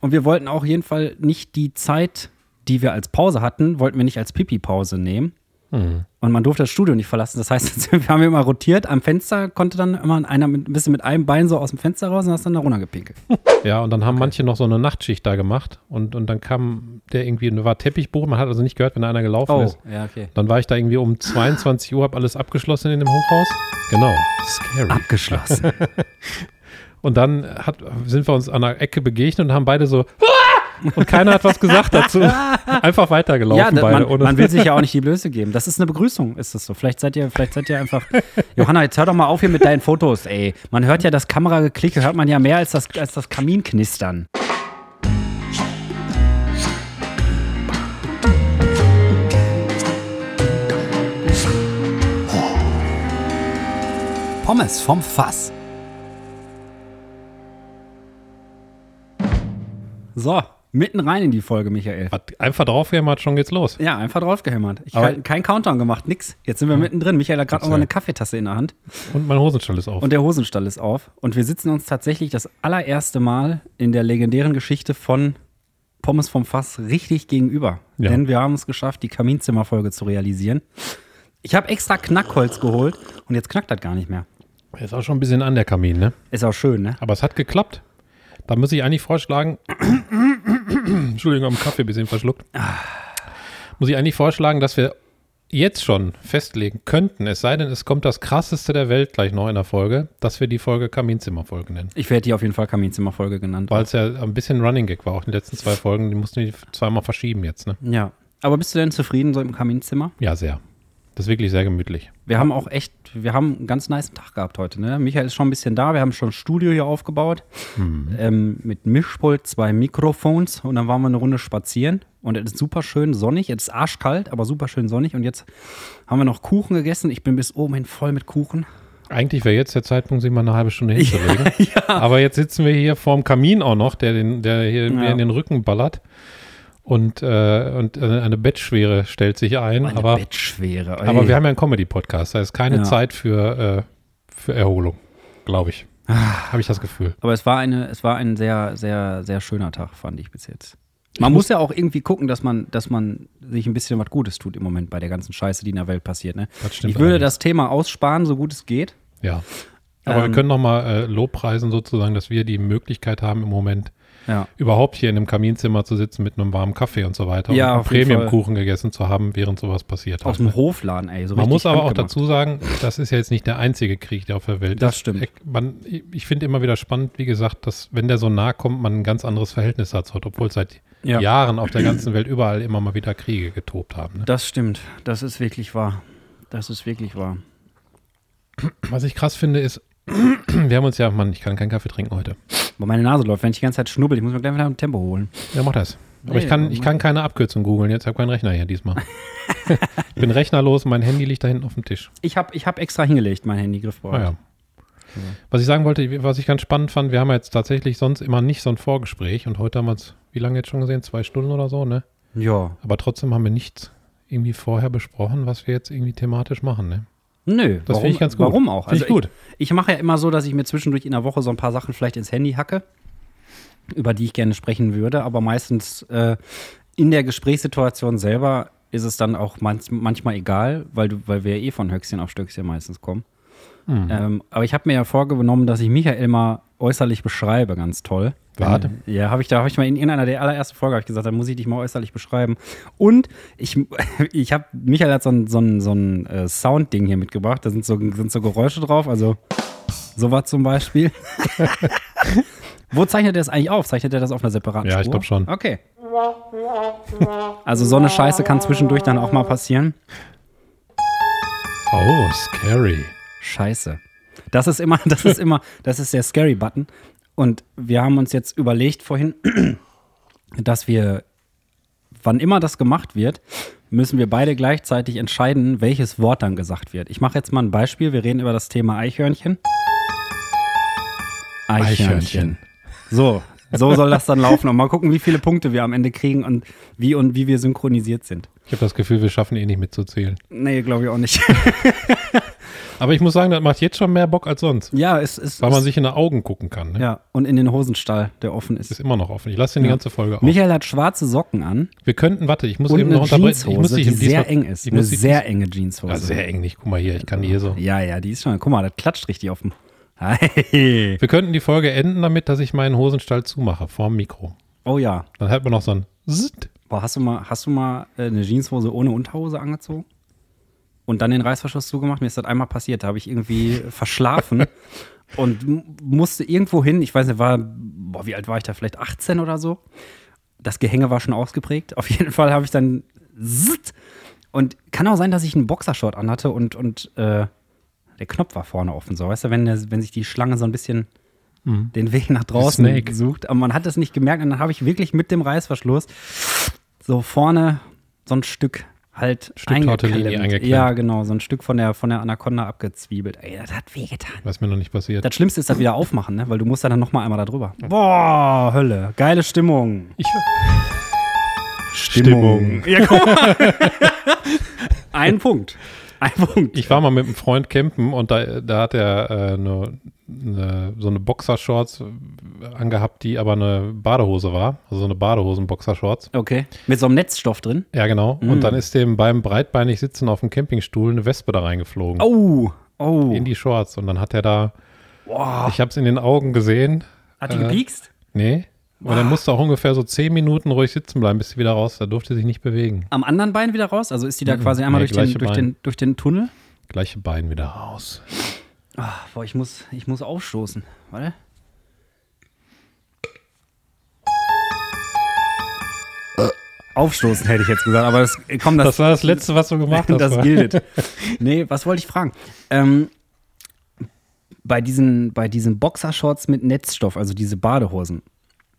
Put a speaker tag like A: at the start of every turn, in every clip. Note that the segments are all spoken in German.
A: Und wir wollten auch jeden Fall nicht die Zeit, die wir als Pause hatten, wollten wir nicht als Pipi-Pause nehmen. Und man durfte das Studio nicht verlassen. Das heißt, wir haben immer rotiert. Am Fenster konnte dann immer einer mit, ein bisschen mit einem Bein so aus dem Fenster raus und hast dann da runtergepinkelt.
B: Ja, und dann haben manche noch so eine Nachtschicht da gemacht und, und dann kam der irgendwie, da war Teppichboden, man hat also nicht gehört, wenn da einer gelaufen ist.
A: ja, okay.
B: Dann war ich da irgendwie um 22 Uhr, habe alles abgeschlossen in dem Hochhaus. Genau, scary.
A: Abgeschlossen.
B: Und dann hat, sind wir uns an einer Ecke begegnet und haben beide so und keiner hat was gesagt dazu. Einfach weitergelaufen
A: ja, da,
B: beide.
A: man,
B: ohne-
A: man will sich ja auch nicht die Blöße geben. Das ist eine Begrüßung, ist das so. Vielleicht seid ihr, vielleicht seid ihr einfach. Johanna, jetzt hör doch mal auf hier mit deinen Fotos, ey. Man hört ja das Kamerageklicke, hört man ja mehr als das, als das Kaminknistern. Pommes vom Fass. So, mitten rein in die Folge, Michael.
B: Hat einfach draufgehämmert, schon geht's los.
A: Ja, einfach draufgehämmert. Ich
B: Aber-
A: habe keinen Countdown gemacht, nix. Jetzt sind wir mittendrin. Michael hat gerade noch
B: Erzähl.
A: eine Kaffeetasse in der Hand
B: Und mein Hosenstall ist auf.
A: und der Hosenstall ist auf. Und wir sitzen uns tatsächlich das allererste Mal in der legendären Geschichte von Pommes vom Fass richtig gegenüber.
B: Ja.
A: Denn wir haben es geschafft, die Kaminzimmerfolge zu realisieren. Ich habe extra Knackholz geholt und jetzt knackt das gar nicht mehr.
B: ist auch schon ein bisschen an der Kamin, ne?
A: Ist auch schön, ne?
B: Aber es hat geklappt. Da muss ich eigentlich vorschlagen, Entschuldigung, am Kaffee ein bisschen verschluckt. Muss ich eigentlich vorschlagen, dass wir jetzt schon festlegen könnten, es sei denn, es kommt das krasseste der Welt gleich noch in der Folge, dass wir die Folge Kaminzimmerfolge nennen.
A: Ich werde die auf jeden Fall Kaminzimmerfolge genannt.
B: Weil es ja ein bisschen Running Gag war, auch in den letzten zwei Folgen, die mussten die zweimal verschieben jetzt, ne?
A: Ja. Aber bist du denn zufrieden so im Kaminzimmer?
B: Ja, sehr. Das ist wirklich sehr gemütlich.
A: Wir haben auch echt, wir haben einen ganz nice Tag gehabt heute. Ne? Michael ist schon ein bisschen da. Wir haben schon ein Studio hier aufgebaut.
B: Mhm.
A: Ähm, mit Mischpult, zwei Mikrofons und dann waren wir eine Runde spazieren. Und es ist super schön sonnig. Es ist arschkalt, aber super schön sonnig. Und jetzt haben wir noch Kuchen gegessen. Ich bin bis oben hin voll mit Kuchen.
B: Eigentlich wäre jetzt der Zeitpunkt, sich mal eine halbe Stunde hinzulegen. Aber jetzt sitzen wir hier vorm Kamin auch noch, der, den, der hier mir in den Rücken ballert. Und, äh, und äh, eine Bettschwere stellt sich ein.
A: Meine
B: Aber,
A: Bettschwere. ey.
B: aber wir haben ja einen Comedy-Podcast. Da ist keine
A: Ja.
B: Zeit für, äh, für Erholung, glaube ich.
A: Ah.
B: Habe ich das Gefühl.
A: aber es war, eine, es war ein sehr, sehr, sehr schöner Tag, fand ich bis jetzt. Man muss ja auch irgendwie gucken, dass man, dass man sich ein bisschen was Gutes tut im Moment bei der ganzen Scheiße, die in der Welt passiert. Ne?
B: Das stimmt
A: Ich würde
B: allerdings.
A: das Thema aussparen, so gut es geht.
B: Ja. Aber
A: Ähm.
B: wir können nochmal äh, Lobpreisen sozusagen, dass wir die Möglichkeit haben im Moment
A: Ja.
B: überhaupt hier in einem Kaminzimmer zu sitzen mit einem warmen Kaffee und so weiter
A: Ja,
B: und einen
A: auf jeden
B: Premiumkuchen gegessen zu haben, während sowas passiert.
A: Aus
B: halt, ne?
A: dem Hofladen, ey. So
B: Man
A: richtig
B: muss aber auch
A: handgemacht.
B: dazu sagen, das ist ja jetzt nicht der einzige Krieg, der auf der Welt
A: Das
B: ist.
A: stimmt.
B: Ich- Man, ich ich finde immer wieder spannend, wie gesagt, dass wenn der so nah kommt, man ein ganz anderes Verhältnis dazu hat, obwohl seit
A: Ja.
B: Jahren auf der ganzen Welt überall immer mal wieder Kriege getobt haben. Ne?
A: Das stimmt. Das ist wirklich wahr. Das ist wirklich wahr.
B: Was ich krass finde ist, wir haben uns ja, Mann, ich kann keinen Kaffee trinken heute.
A: Aber meine Nase läuft, wenn ich die ganze Zeit schnubbel. Ich muss mir gleich wieder ein Tempo holen.
B: Ja, mach das. Aber
A: Nee,
B: ich, kann, ich
A: mach
B: kann keine Abkürzung googeln, jetzt habe keinen Rechner hier diesmal. ich bin rechnerlos, mein Handy liegt da hinten auf dem Tisch.
A: Ich habe ich hab extra hingelegt, mein Handygriff
B: Ah, ja. Was ich sagen wollte, was ich ganz spannend fand, wir haben ja jetzt tatsächlich sonst immer nicht so ein Vorgespräch und heute haben wir es, wie lange jetzt schon gesehen? Zwei Stunden oder so, ne?
A: ja.
B: Aber trotzdem haben wir nichts irgendwie vorher besprochen, was wir jetzt irgendwie thematisch machen, ne?
A: Nö.
B: Das
A: warum-
B: finde ich ganz gut.
A: Warum auch? Also
B: Finde ich gut.
A: Ich, ich mache ja immer so, dass ich mir zwischendurch in der Woche so ein paar Sachen vielleicht ins Handy hacke, über die ich gerne sprechen würde. Aber meistens äh, in der Gesprächssituation selber ist es dann auch manch, manchmal egal, weil, du, weil wir eh von Höchstchen auf Stöckchen meistens kommen.
B: Mhm.
A: Ähm, aber ich habe mir ja vorgenommen, dass ich Michael mal äußerlich beschreibe, ganz toll.
B: Warte.
A: Ja, habe ich da habe ich mal in irgendeiner der allerersten Folge hab ich gesagt, da muss ich dich mal äußerlich beschreiben. Und ich ich habe Michael hat so ein so ein, so ein äh, Soundding hier mitgebracht. Da sind so sind so Geräusche drauf, also sowas zum Beispiel. Wo zeichnet er das eigentlich auf? Zeichnet er das auf einer separaten
B: Ja,
A: Spur?
B: ich glaub schon.
A: Okay. Also so eine Scheiße kann zwischendurch dann auch mal passieren.
B: Oh, scary.
A: Scheiße. Das ist immer, das ist immer, das ist der Scary Button. Und wir haben uns jetzt überlegt vorhin, dass wir, wann immer das gemacht wird, müssen wir beide gleichzeitig entscheiden, welches Wort dann gesagt wird. Ich mache jetzt mal ein Beispiel. Wir reden über das Thema Eichhörnchen.
B: Eichhörnchen.
A: So, So soll das dann laufen. Und mal gucken, wie viele Punkte wir am Ende kriegen und wie und wie wir synchronisiert sind.
B: Ich habe das Gefühl, wir schaffen eh nicht mitzuzählen.
A: Nee, glaube ich auch nicht.
B: Aber ich muss sagen, das macht jetzt schon mehr Bock als sonst.
A: ja, es ist.
B: Weil
A: es,
B: man sich in die Augen gucken kann. Ne?
A: ja, und in den Hosenstall, der offen ist.
B: Ist immer noch offen. Ich lasse den die
A: Ja.
B: ganze Folge auf.
A: Michael hat schwarze Socken an
B: Wir könnten, warte, ich muss
A: und
B: eben noch
A: eine
B: unterbrechen. Ich muss
A: Jeanshose,
B: dich
A: die
B: eben diesmal-
A: sehr eng ist.
B: Ich
A: Eine
B: muss dich-
A: sehr enge
B: ja,
A: Jeanshose.
B: sehr eng nicht. Guck mal hier, ich kann die hier so.
A: Ja, ja, die ist schon. Guck mal, das klatscht richtig auf dem. Hey.
B: Wir könnten die Folge enden damit, dass ich meinen Hosenstall zumache, vorm Mikro.
A: Oh ja.
B: Dann hat man noch so ein Zzt.
A: Boah, hast du mal, hast du mal äh, eine Jeanshose ohne Unterhose angezogen? Und dann den Reißverschluss zugemacht? Mir ist das einmal passiert. Da habe ich irgendwie verschlafen und m- musste irgendwo hin. Ich weiß nicht, war, boah, wie alt war ich da? Vielleicht 18 oder so. Das Gehänge war schon ausgeprägt. Auf jeden Fall habe ich dann zzt. und kann auch sein, dass ich einen Boxershort anhatte und, und äh, der Knopf war vorne offen. So, weißt du, wenn, der, wenn sich die Schlange so ein bisschen den Weg nach draußen
B: Snake.
A: sucht. Aber man hat es nicht gemerkt. Und dann habe ich wirklich mit dem Reißverschluss so vorne so ein Stück halt
B: Stück Tortellini
A: eingeklemmt.
B: eingeklemmt.
A: Ja, genau, so ein Stück von der, von der Anaconda abgezwiebelt. Ey, das hat wehgetan.
B: Was mir noch nicht passiert.
A: Das Schlimmste ist das wieder aufmachen, ne? weil du musst da dann nochmal einmal da drüber. Boah, Hölle. Geile Stimmung.
B: Ich, Stimmung.
A: Ja, guck mal. ein Punkt. Ein Punkt.
B: ich war mal mit einem Freund campen und da, da hat er äh, ne, ne, so eine Boxershorts äh, angehabt, die aber eine Badehose war. Also so eine Badehosen-Boxershorts.
A: okay. Mit so einem Netzstoff drin.
B: Ja, genau. Und dann ist dem beim breitbeinig Sitzen auf dem Campingstuhl eine Wespe da reingeflogen.
A: Oh, oh.
B: In die Shorts. Und dann hat er da,
A: Boah.
B: ich habe es in den Augen gesehen.
A: Hat die
B: Äh,
A: gepiekst?
B: Nee. Und dann musste er auch ungefähr so zehn Minuten ruhig sitzen bleiben, bis sie wieder raus. Da durfte sie sich nicht bewegen.
A: Am anderen Bein wieder raus? Also ist die da quasi einmal
B: Mhm. nee,
A: durch, den,
B: gleiche
A: durch,
B: Bein.
A: den, durch den Tunnel?
B: Gleiche Bein wieder raus.
A: Ah, boah, ich muss, ich muss aufstoßen. Warte. Aufstoßen hätte ich jetzt gesagt, aber das, komm, das,
B: Das war das Letzte, was du gemacht hast.
A: das
B: wa?
A: gilt. Nee, was wollte ich fragen? Ähm, bei diesen, bei diesen Boxershorts mit Netzstoff, also diese Badehosen,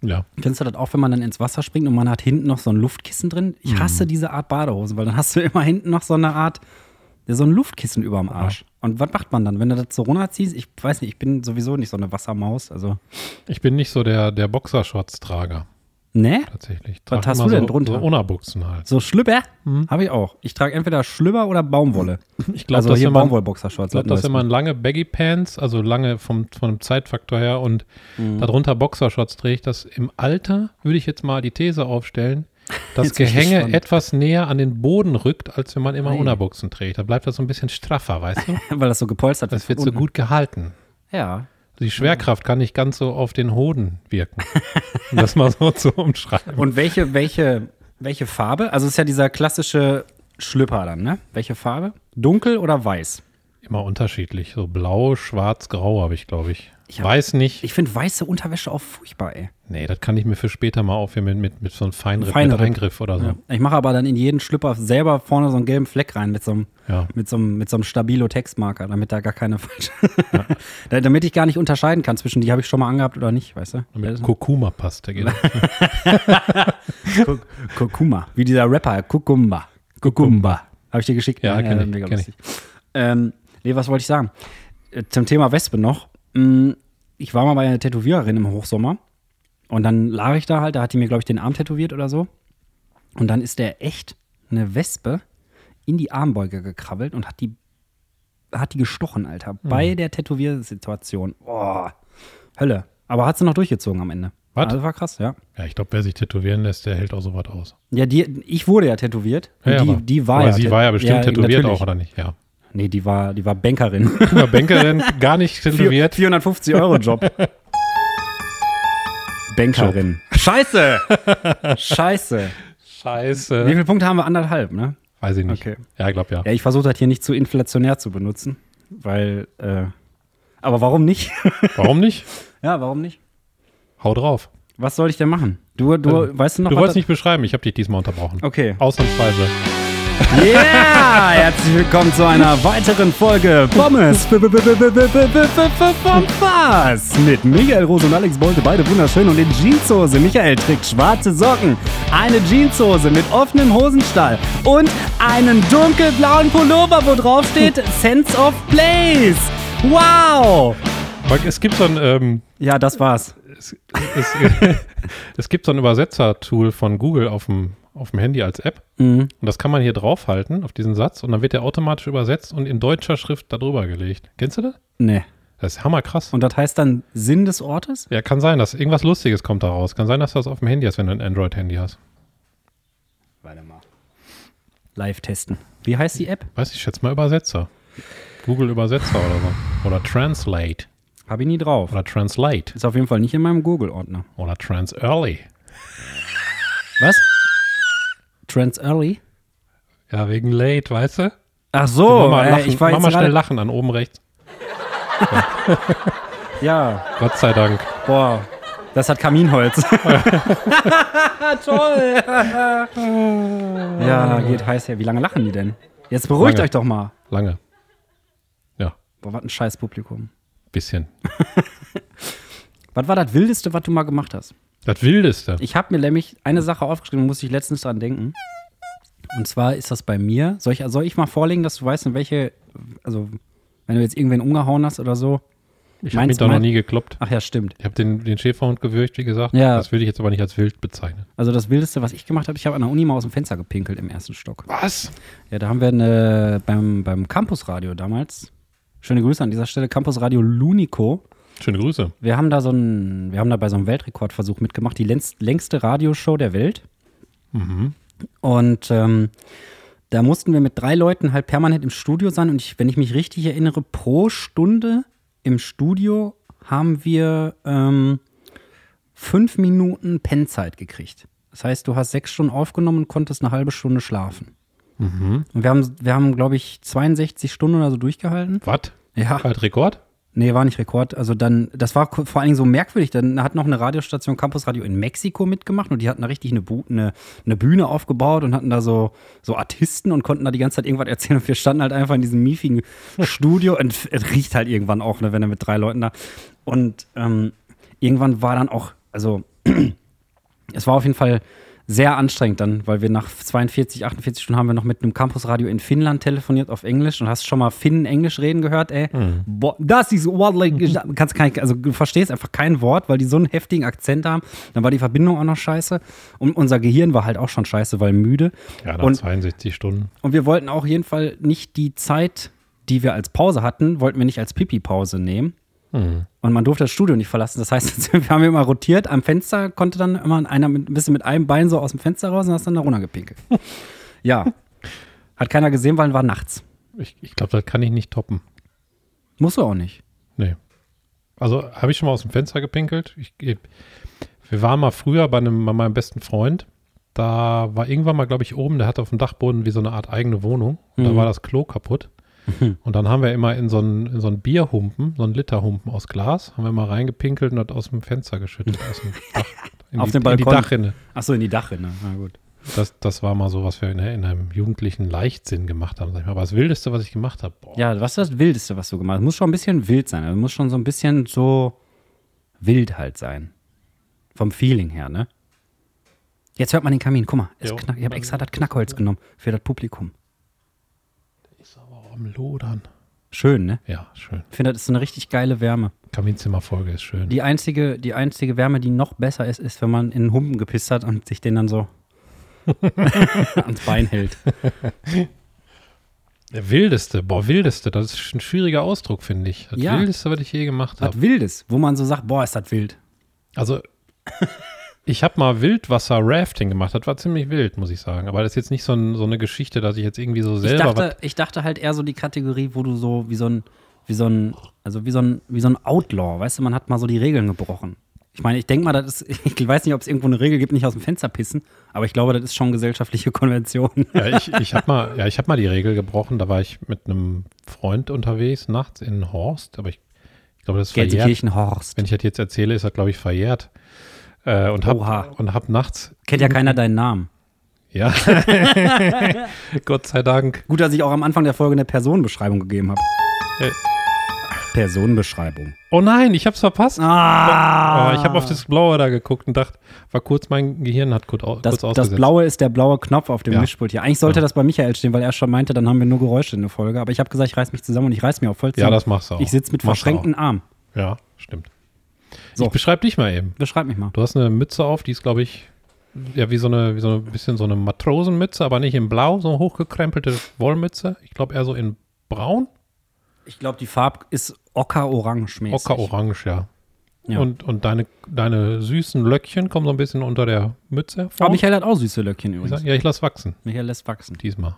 B: Ja.
A: kennst du das auch, wenn man dann ins Wasser springt und man hat hinten noch so ein Luftkissen drin?
B: Mhm.
A: Ich hasse diese Art Badehosen, weil dann hast du immer hinten noch so eine Art, so ein Luftkissen überm Arsch. Und was macht man dann, wenn du das so runterziehst? Ich weiß nicht, ich bin sowieso nicht so eine Wassermaus, also.
B: Ich bin nicht so der, der Boxershorts-Trager,
A: Ne?
B: tatsächlich. Ich
A: Was
B: trage
A: hast
B: immer
A: du denn
B: so,
A: drunter?
B: So Unabuchsen halt.
A: So Schlüpper habe ich auch. Ich trage entweder Schlüpper oder Baumwolle.
B: Ich glaube,
A: also
B: dass
A: hier
B: wenn man-
A: Baumwollboxershorts.
B: Ich glaube,
A: hatten wir
B: dass
A: es.
B: wenn man lange Baggy Pants, also lange vom, vom Zeitfaktor her und
A: Mhm.
B: darunter Boxershorts trägt, dass im Alter, würde ich jetzt mal die These aufstellen, das
A: Jetzt bin ich
B: Gehänge
A: gespannt.
B: etwas näher an den Boden rückt, als wenn man immer
A: Ei.
B: Unabuchsen trägt. Da bleibt das so ein bisschen straffer, weißt du?
A: weil das so gepolstert
B: Das
A: von
B: wird so
A: unten.
B: gut gehalten.
A: Ja.
B: Die Schwerkraft kann nicht ganz so auf den Hoden wirken. um das mal so zu umschreiben.
A: Und welche, welche, welche Farbe? Also es ist ja dieser klassische Schlüpper dann, ne? Welche Farbe? Dunkel oder weiß?
B: Immer unterschiedlich. So blau, schwarz, grau habe ich, glaube ich.
A: Ich hab-
B: Weiß nicht.
A: Ich finde weiße Unterwäsche auch furchtbar, ey.
B: nee, das kann ich mir für später mal aufheben mit, mit, mit so einem Feinripp,
A: Feinripp.
B: mit Eingriff oder so.
A: Ich mache aber dann in jeden Schlüpper selber vorne so einen gelben Fleck rein mit so einem,
B: Ja.
A: mit so einem, mit so einem Stabilo-Textmarker, damit da gar keine falsche. Da- damit ich gar nicht unterscheiden kann zwischen die habe ich schon mal angehabt oder nicht, weißt du?
B: Mit Kurkuma-Paste geht. das.
A: Kur- Kurkuma, wie dieser Rapper, Kukumba. Kukumba. Habe ich dir geschickt?
B: Ja,
A: ne?
B: kenn ich,
A: mega
B: kenn ich.
A: lustig. Ähm, nee, was wollte ich sagen? Äh, Zum Thema Wespe noch. Mm, Ich war mal bei einer Tätowiererin im Hochsommer und dann lag ich da halt, da hat die mir, glaube ich, den Arm tätowiert oder so. Und dann ist der echt eine Wespe in die Armbeuge gekrabbelt und hat die, hat die gestochen, Alter.
B: Mhm.
A: Bei der Tätowiersituation. Boah, Hölle. Aber hat sie noch durchgezogen am Ende.
B: Was?
A: Also war krass, ja.
B: Ja, ich glaube, wer sich tätowieren lässt, der hält auch sowas aus.
A: Ja, die, ich wurde ja tätowiert.
B: Ja,
A: die,
B: aber-
A: die war
B: aber
A: ja.
B: sie
A: tät-
B: war ja bestimmt tätowiert
A: natürlich.
B: auch, oder nicht? Ja.
A: Nee, die war, die war Bankerin.
B: Über Bankerin gar nicht tätowiert.
A: 450 Euro Job. Bankerin. Scheiße! Scheiße. Wie
B: Scheiße.
A: viele Punkte haben wir? Anderthalb, ne?
B: Weiß ich nicht.
A: Okay.
B: Ja, ich glaube ja.
A: Ja, ich versuche das hier nicht zu inflationär zu benutzen, weil, äh, aber warum nicht?
B: Warum nicht?
A: ja, warum nicht?
B: Hau drauf.
A: Was soll ich denn machen? Du, du, weißt du noch
B: Ähm, Du
A: was?
B: wolltest nicht beschreiben, ich habe dich diesmal unterbrochen.
A: Okay.
B: Ausnahmsweise.
A: Yeah! Herzlich willkommen zu einer weiteren Folge Pommes B- B- B- B- B- B- B- B- B- vom Fass mit Michael Rose und Alex Bolte, beide wunderschön und in Jeanshose. Michael trägt schwarze Socken, eine Jeanshose mit offenem Hosenstall und einen dunkelblauen Pullover, wo drauf steht Sense of Place. Wow!
B: Aber Es gibt so ein, ähm,
A: Ja, das war's.
B: es, es, es gibt so ein Übersetzer-Tool von Google auf dem, auf dem Handy als App.
A: Mhm.
B: Und das kann man hier draufhalten, auf diesen Satz. Und dann wird der automatisch übersetzt und in deutscher Schrift darüber gelegt. Kennst du das?
A: Nee.
B: Das ist hammerkrass.
A: Und das heißt dann Sinn des Ortes?
B: Ja, kann sein, dass irgendwas Lustiges kommt da raus. Kann sein, dass du das auf dem Handy hast, wenn du ein Android-Handy hast.
A: Warte mal. Live testen. Wie heißt die App?
B: Weiß ich, schätze mal Übersetzer. Google Übersetzer oder so. Oder Translate.
A: Habe ich nie drauf.
B: Oder Translate.
A: Ist auf jeden Fall nicht in meinem Google-Ordner.
B: Oder Trans Early.
A: Was? Trans Early?
B: Ja, wegen late, weißt du?
A: Ach so,
B: mach mal,
A: äh,
B: lachen,
A: ich war
B: mach
A: jetzt
B: mal schnell
A: gerade,
B: lachen an oben rechts.
A: Ja,
B: Gott sei Dank.
A: boah. Das hat Kaminholz. Toll. ja, geht heiß her. Wie lange lachen die denn? Jetzt beruhigt
B: Lange.
A: euch doch mal.
B: Lange. Ja,
A: Boah, was ein scheiß Publikum.
B: bisschen.
A: Was war das Wildeste, was du mal gemacht hast?
B: Das Wildeste.
A: Ich habe mir nämlich eine Sache aufgeschrieben, musste ich letztens dran denken. Und zwar ist das bei mir. Soll ich, soll ich mal vorlegen, dass du weißt, in welche, also wenn du jetzt irgendwen umgehauen hast oder so?
B: Ich habe
A: Meinst
B: mich
A: du
B: da noch
A: mein-
B: nie gekloppt.
A: Ach ja, stimmt.
B: Ich habe den, den Schäferhund gewürgt, wie gesagt.
A: Ja.
B: Das würde ich jetzt aber nicht als wild bezeichnen.
A: Also das Wildeste, was ich gemacht habe, ich habe an der Uni mal aus dem Fenster gepinkelt im ersten Stock.
B: Was?
A: Ja, da haben wir eine, beim, beim Campusradio damals. Schöne Grüße an dieser Stelle, Campusradio Lunico.
B: Schöne Grüße.
A: Wir haben da so einen, wir haben da bei so einem Weltrekordversuch mitgemacht, die längst, längste Radioshow der Welt. Und ähm, da mussten wir mit drei Leuten halt permanent im Studio sein. Und ich, wenn ich mich richtig erinnere, pro Stunde im Studio haben wir ähm, fünf Minuten Pennzeit gekriegt. Das heißt, du hast sechs Stunden aufgenommen und konntest eine halbe Stunde schlafen. Und wir haben, wir haben, glaube ich, 62 Stunden oder so durchgehalten.
B: Was?
A: Ja.
B: Halt Rekord?
A: Nee, war nicht Rekord. Also dann, das war ko- vor allen Dingen so merkwürdig. Dann hat noch eine Radiostation Campus Radio in Mexiko mitgemacht und die hatten da richtig eine, Bu eine, eine Bühne aufgebaut und hatten da so, so Artisten und konnten da die ganze Zeit irgendwas erzählen. Und wir standen halt einfach in diesem miefigen Studio und f- es riecht halt irgendwann auch, ne, wenn du mit drei Leuten da. Und ähm, irgendwann war dann auch, also es war auf jeden Fall sehr anstrengend dann, weil wir nach 42, 48 Stunden haben wir noch mit einem Campusradio in Finnland telefoniert auf Englisch und hast schon mal Finnen Englisch reden gehört, ey. Boah, das ist ordentlich. Kannst kein, also du verstehst einfach kein Wort, weil die so einen heftigen Akzent haben. Dann war die Verbindung auch noch scheiße und unser Gehirn war halt auch schon scheiße, weil müde.
B: Ja, nach
A: und
B: 62 Stunden.
A: und wir wollten auch jeden Fall nicht die Zeit, die wir als Pause hatten, wollten wir nicht als Pipi-Pause nehmen. Und man durfte das Studio nicht verlassen. Das heißt, wir haben immer rotiert am Fenster, konnte dann immer einer mit, ein bisschen mit einem Bein so aus dem Fenster raus und hast dann da runtergepinkelt. ja. Hat keiner gesehen, weil war nachts.
B: Ich, ich glaube, das kann ich nicht toppen.
A: Musst du auch nicht.
B: Nee. Also habe ich schon mal aus dem Fenster gepinkelt. Ich, ich, wir waren mal früher bei, einem, bei meinem besten Freund. Da war irgendwann mal, glaube ich, oben, der hatte auf dem Dachboden wie so eine Art eigene Wohnung. Und
A: Mhm.
B: Da war das Klo kaputt. Und dann haben wir immer in so einen, in so einen Bierhumpen, so einen Literhumpen aus Glas, haben wir mal reingepinkelt und das aus dem Fenster geschüttet. Aus dem Dach, in
A: Auf
B: die,
A: den
B: In
A: Balkon.
B: die Dachrinne.
A: Achso, in die Dachrinne. Na gut.
B: Das, das war mal so, was wir in, in einem jugendlichen Leichtsinn gemacht haben. Sag ich mal. Aber das Wildeste, was ich gemacht habe, boah,
A: Ja, was ist das Wildeste, was du gemacht hast? Muss schon ein bisschen wild sein. Also muss schon so ein bisschen so wild halt sein. Vom Feeling her, ne? Jetzt hört man den Kamin. Guck mal, es
B: Jo.
A: knack, ich habe extra das Knackholz genommen für das Publikum.
B: ist aber auch am Lodern.
A: Schön, ne?
B: Ja, schön.
A: Ich finde, das ist eine richtig geile Wärme.
B: Kaminzimmerfolge ist schön.
A: Die einzige, die einzige Wärme, die noch besser ist, ist, wenn man in einen Humpen gepisst hat und sich den dann so ans Bein hält.
B: Der wildeste, boah, wildeste, das ist ein schwieriger Ausdruck, finde ich. Das
A: Ja.
B: wildeste, was ich je gemacht
A: Was
B: habe.
A: Wildes, wo man so sagt, boah, ist das wild.
B: Also, ich habe mal Wildwasser-Rafting gemacht. Das war ziemlich wild, muss ich sagen. Aber das ist jetzt nicht so, ein, so eine Geschichte, dass ich jetzt irgendwie so
A: Ich
B: selber.
A: dachte, ich dachte halt eher so die Kategorie, wo du so wie so ein, wie so ein, also wie so ein, wie so ein Outlaw, weißt du, man hat mal so die Regeln gebrochen. Ich meine, ich denke mal, das ist, ich weiß nicht, ob es irgendwo eine Regel gibt, nicht aus dem Fenster pissen, aber ich glaube, das ist schon gesellschaftliche Konvention.
B: was, ja, ich, ich habe mal, ja, ich hab mal die Regel gebrochen. Da war ich mit einem Freund unterwegs, nachts in Horst. Aber ich, ich glaube, das ist verjährt.
A: Gelsenkirchen-Horst.
B: Wenn ich das jetzt erzähle, ist das, glaube ich, verjährt. Äh, und
A: Oha.
B: habe hab nachts,
A: Kennt ja keiner deinen Namen.
B: ja, Gott sei Dank,
A: Gut, dass ich auch am Anfang der Folge eine Personenbeschreibung gegeben habe.
B: Äh.
A: Personenbeschreibung.
B: Oh nein, ich hab's verpasst.
A: Ah!
B: Oh, ich habe auf das Blaue da geguckt und dachte, war kurz, mein Gehirn hat kurz, au-
A: Das,
B: kurz
A: das
B: ausgesetzt.
A: blaue ist der blaue Knopf auf dem
B: Ja.
A: Mischpult hier. Eigentlich sollte das bei Michael stehen, weil er schon meinte, dann haben wir nur Geräusche in der Folge. Aber ich habe gesagt, ich reiß mich zusammen und ich reiß mir auch voll
B: Ja,
A: zusammen.
B: das machst du auch.
A: Ich sitze mit
B: Machst du
A: verschränkten Armen.
B: Ja, stimmt.
A: So.
B: Ich beschreib dich mal eben.
A: Beschreib mich mal.
B: Du hast eine Mütze auf, die ist, glaube ich, ja, wie so eine, wie so ein bisschen so eine Matrosenmütze, aber nicht in blau, so eine hochgekrempelte Wollmütze. Ich glaube eher so in braun,
A: Ich glaube, die Farbe ist ocker-orange-mäßig.
B: ocker-orange, ja.
A: Ja.
B: Und, und deine, deine süßen Löckchen kommen so ein bisschen unter der Mütze hervor.
A: Aber Michael hat auch süße Löckchen
B: Ich sag,
A: übrigens.
B: ja, ich lass wachsen,
A: Michael lässt wachsen.
B: diesmal.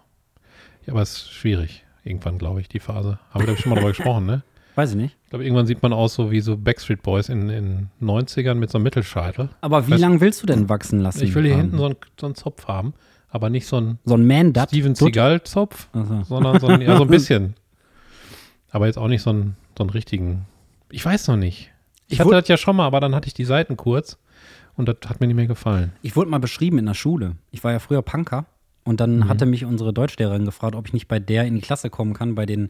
B: Ja, aber es ist schwierig, irgendwann, glaube ich, die Phase. Haben wir da schon mal drüber gesprochen, ne?
A: Weiß ich nicht.
B: Ich glaube, irgendwann sieht man aus so wie so Backstreet Boys in den 90ern mit so einem Mittelscheitel.
A: Aber wie
B: Weiß-
A: lange willst du denn wachsen lassen?
B: Ich will hier
A: Ähm,
B: hinten so einen, so einen Zopf haben, aber nicht so einen
A: so ein Man-Dut.
B: Steven
A: Dut-
B: Seagal-Zopf,
A: Also.
B: sondern so ein, ja, so ein bisschen. Aber jetzt auch nicht so einen, so einen richtigen. Ich weiß noch nicht. Ich
A: Ich
B: hatte
A: wurd-
B: das ja schon mal, aber dann hatte ich die Seiten kurz und das hat mir nicht mehr gefallen.
A: Ich wurde mal beschrieben in der Schule. Ich war ja früher Punker und dann
B: Mhm.
A: hatte mich unsere Deutschlehrerin gefragt, ob ich nicht bei der in die Klasse kommen kann, bei den,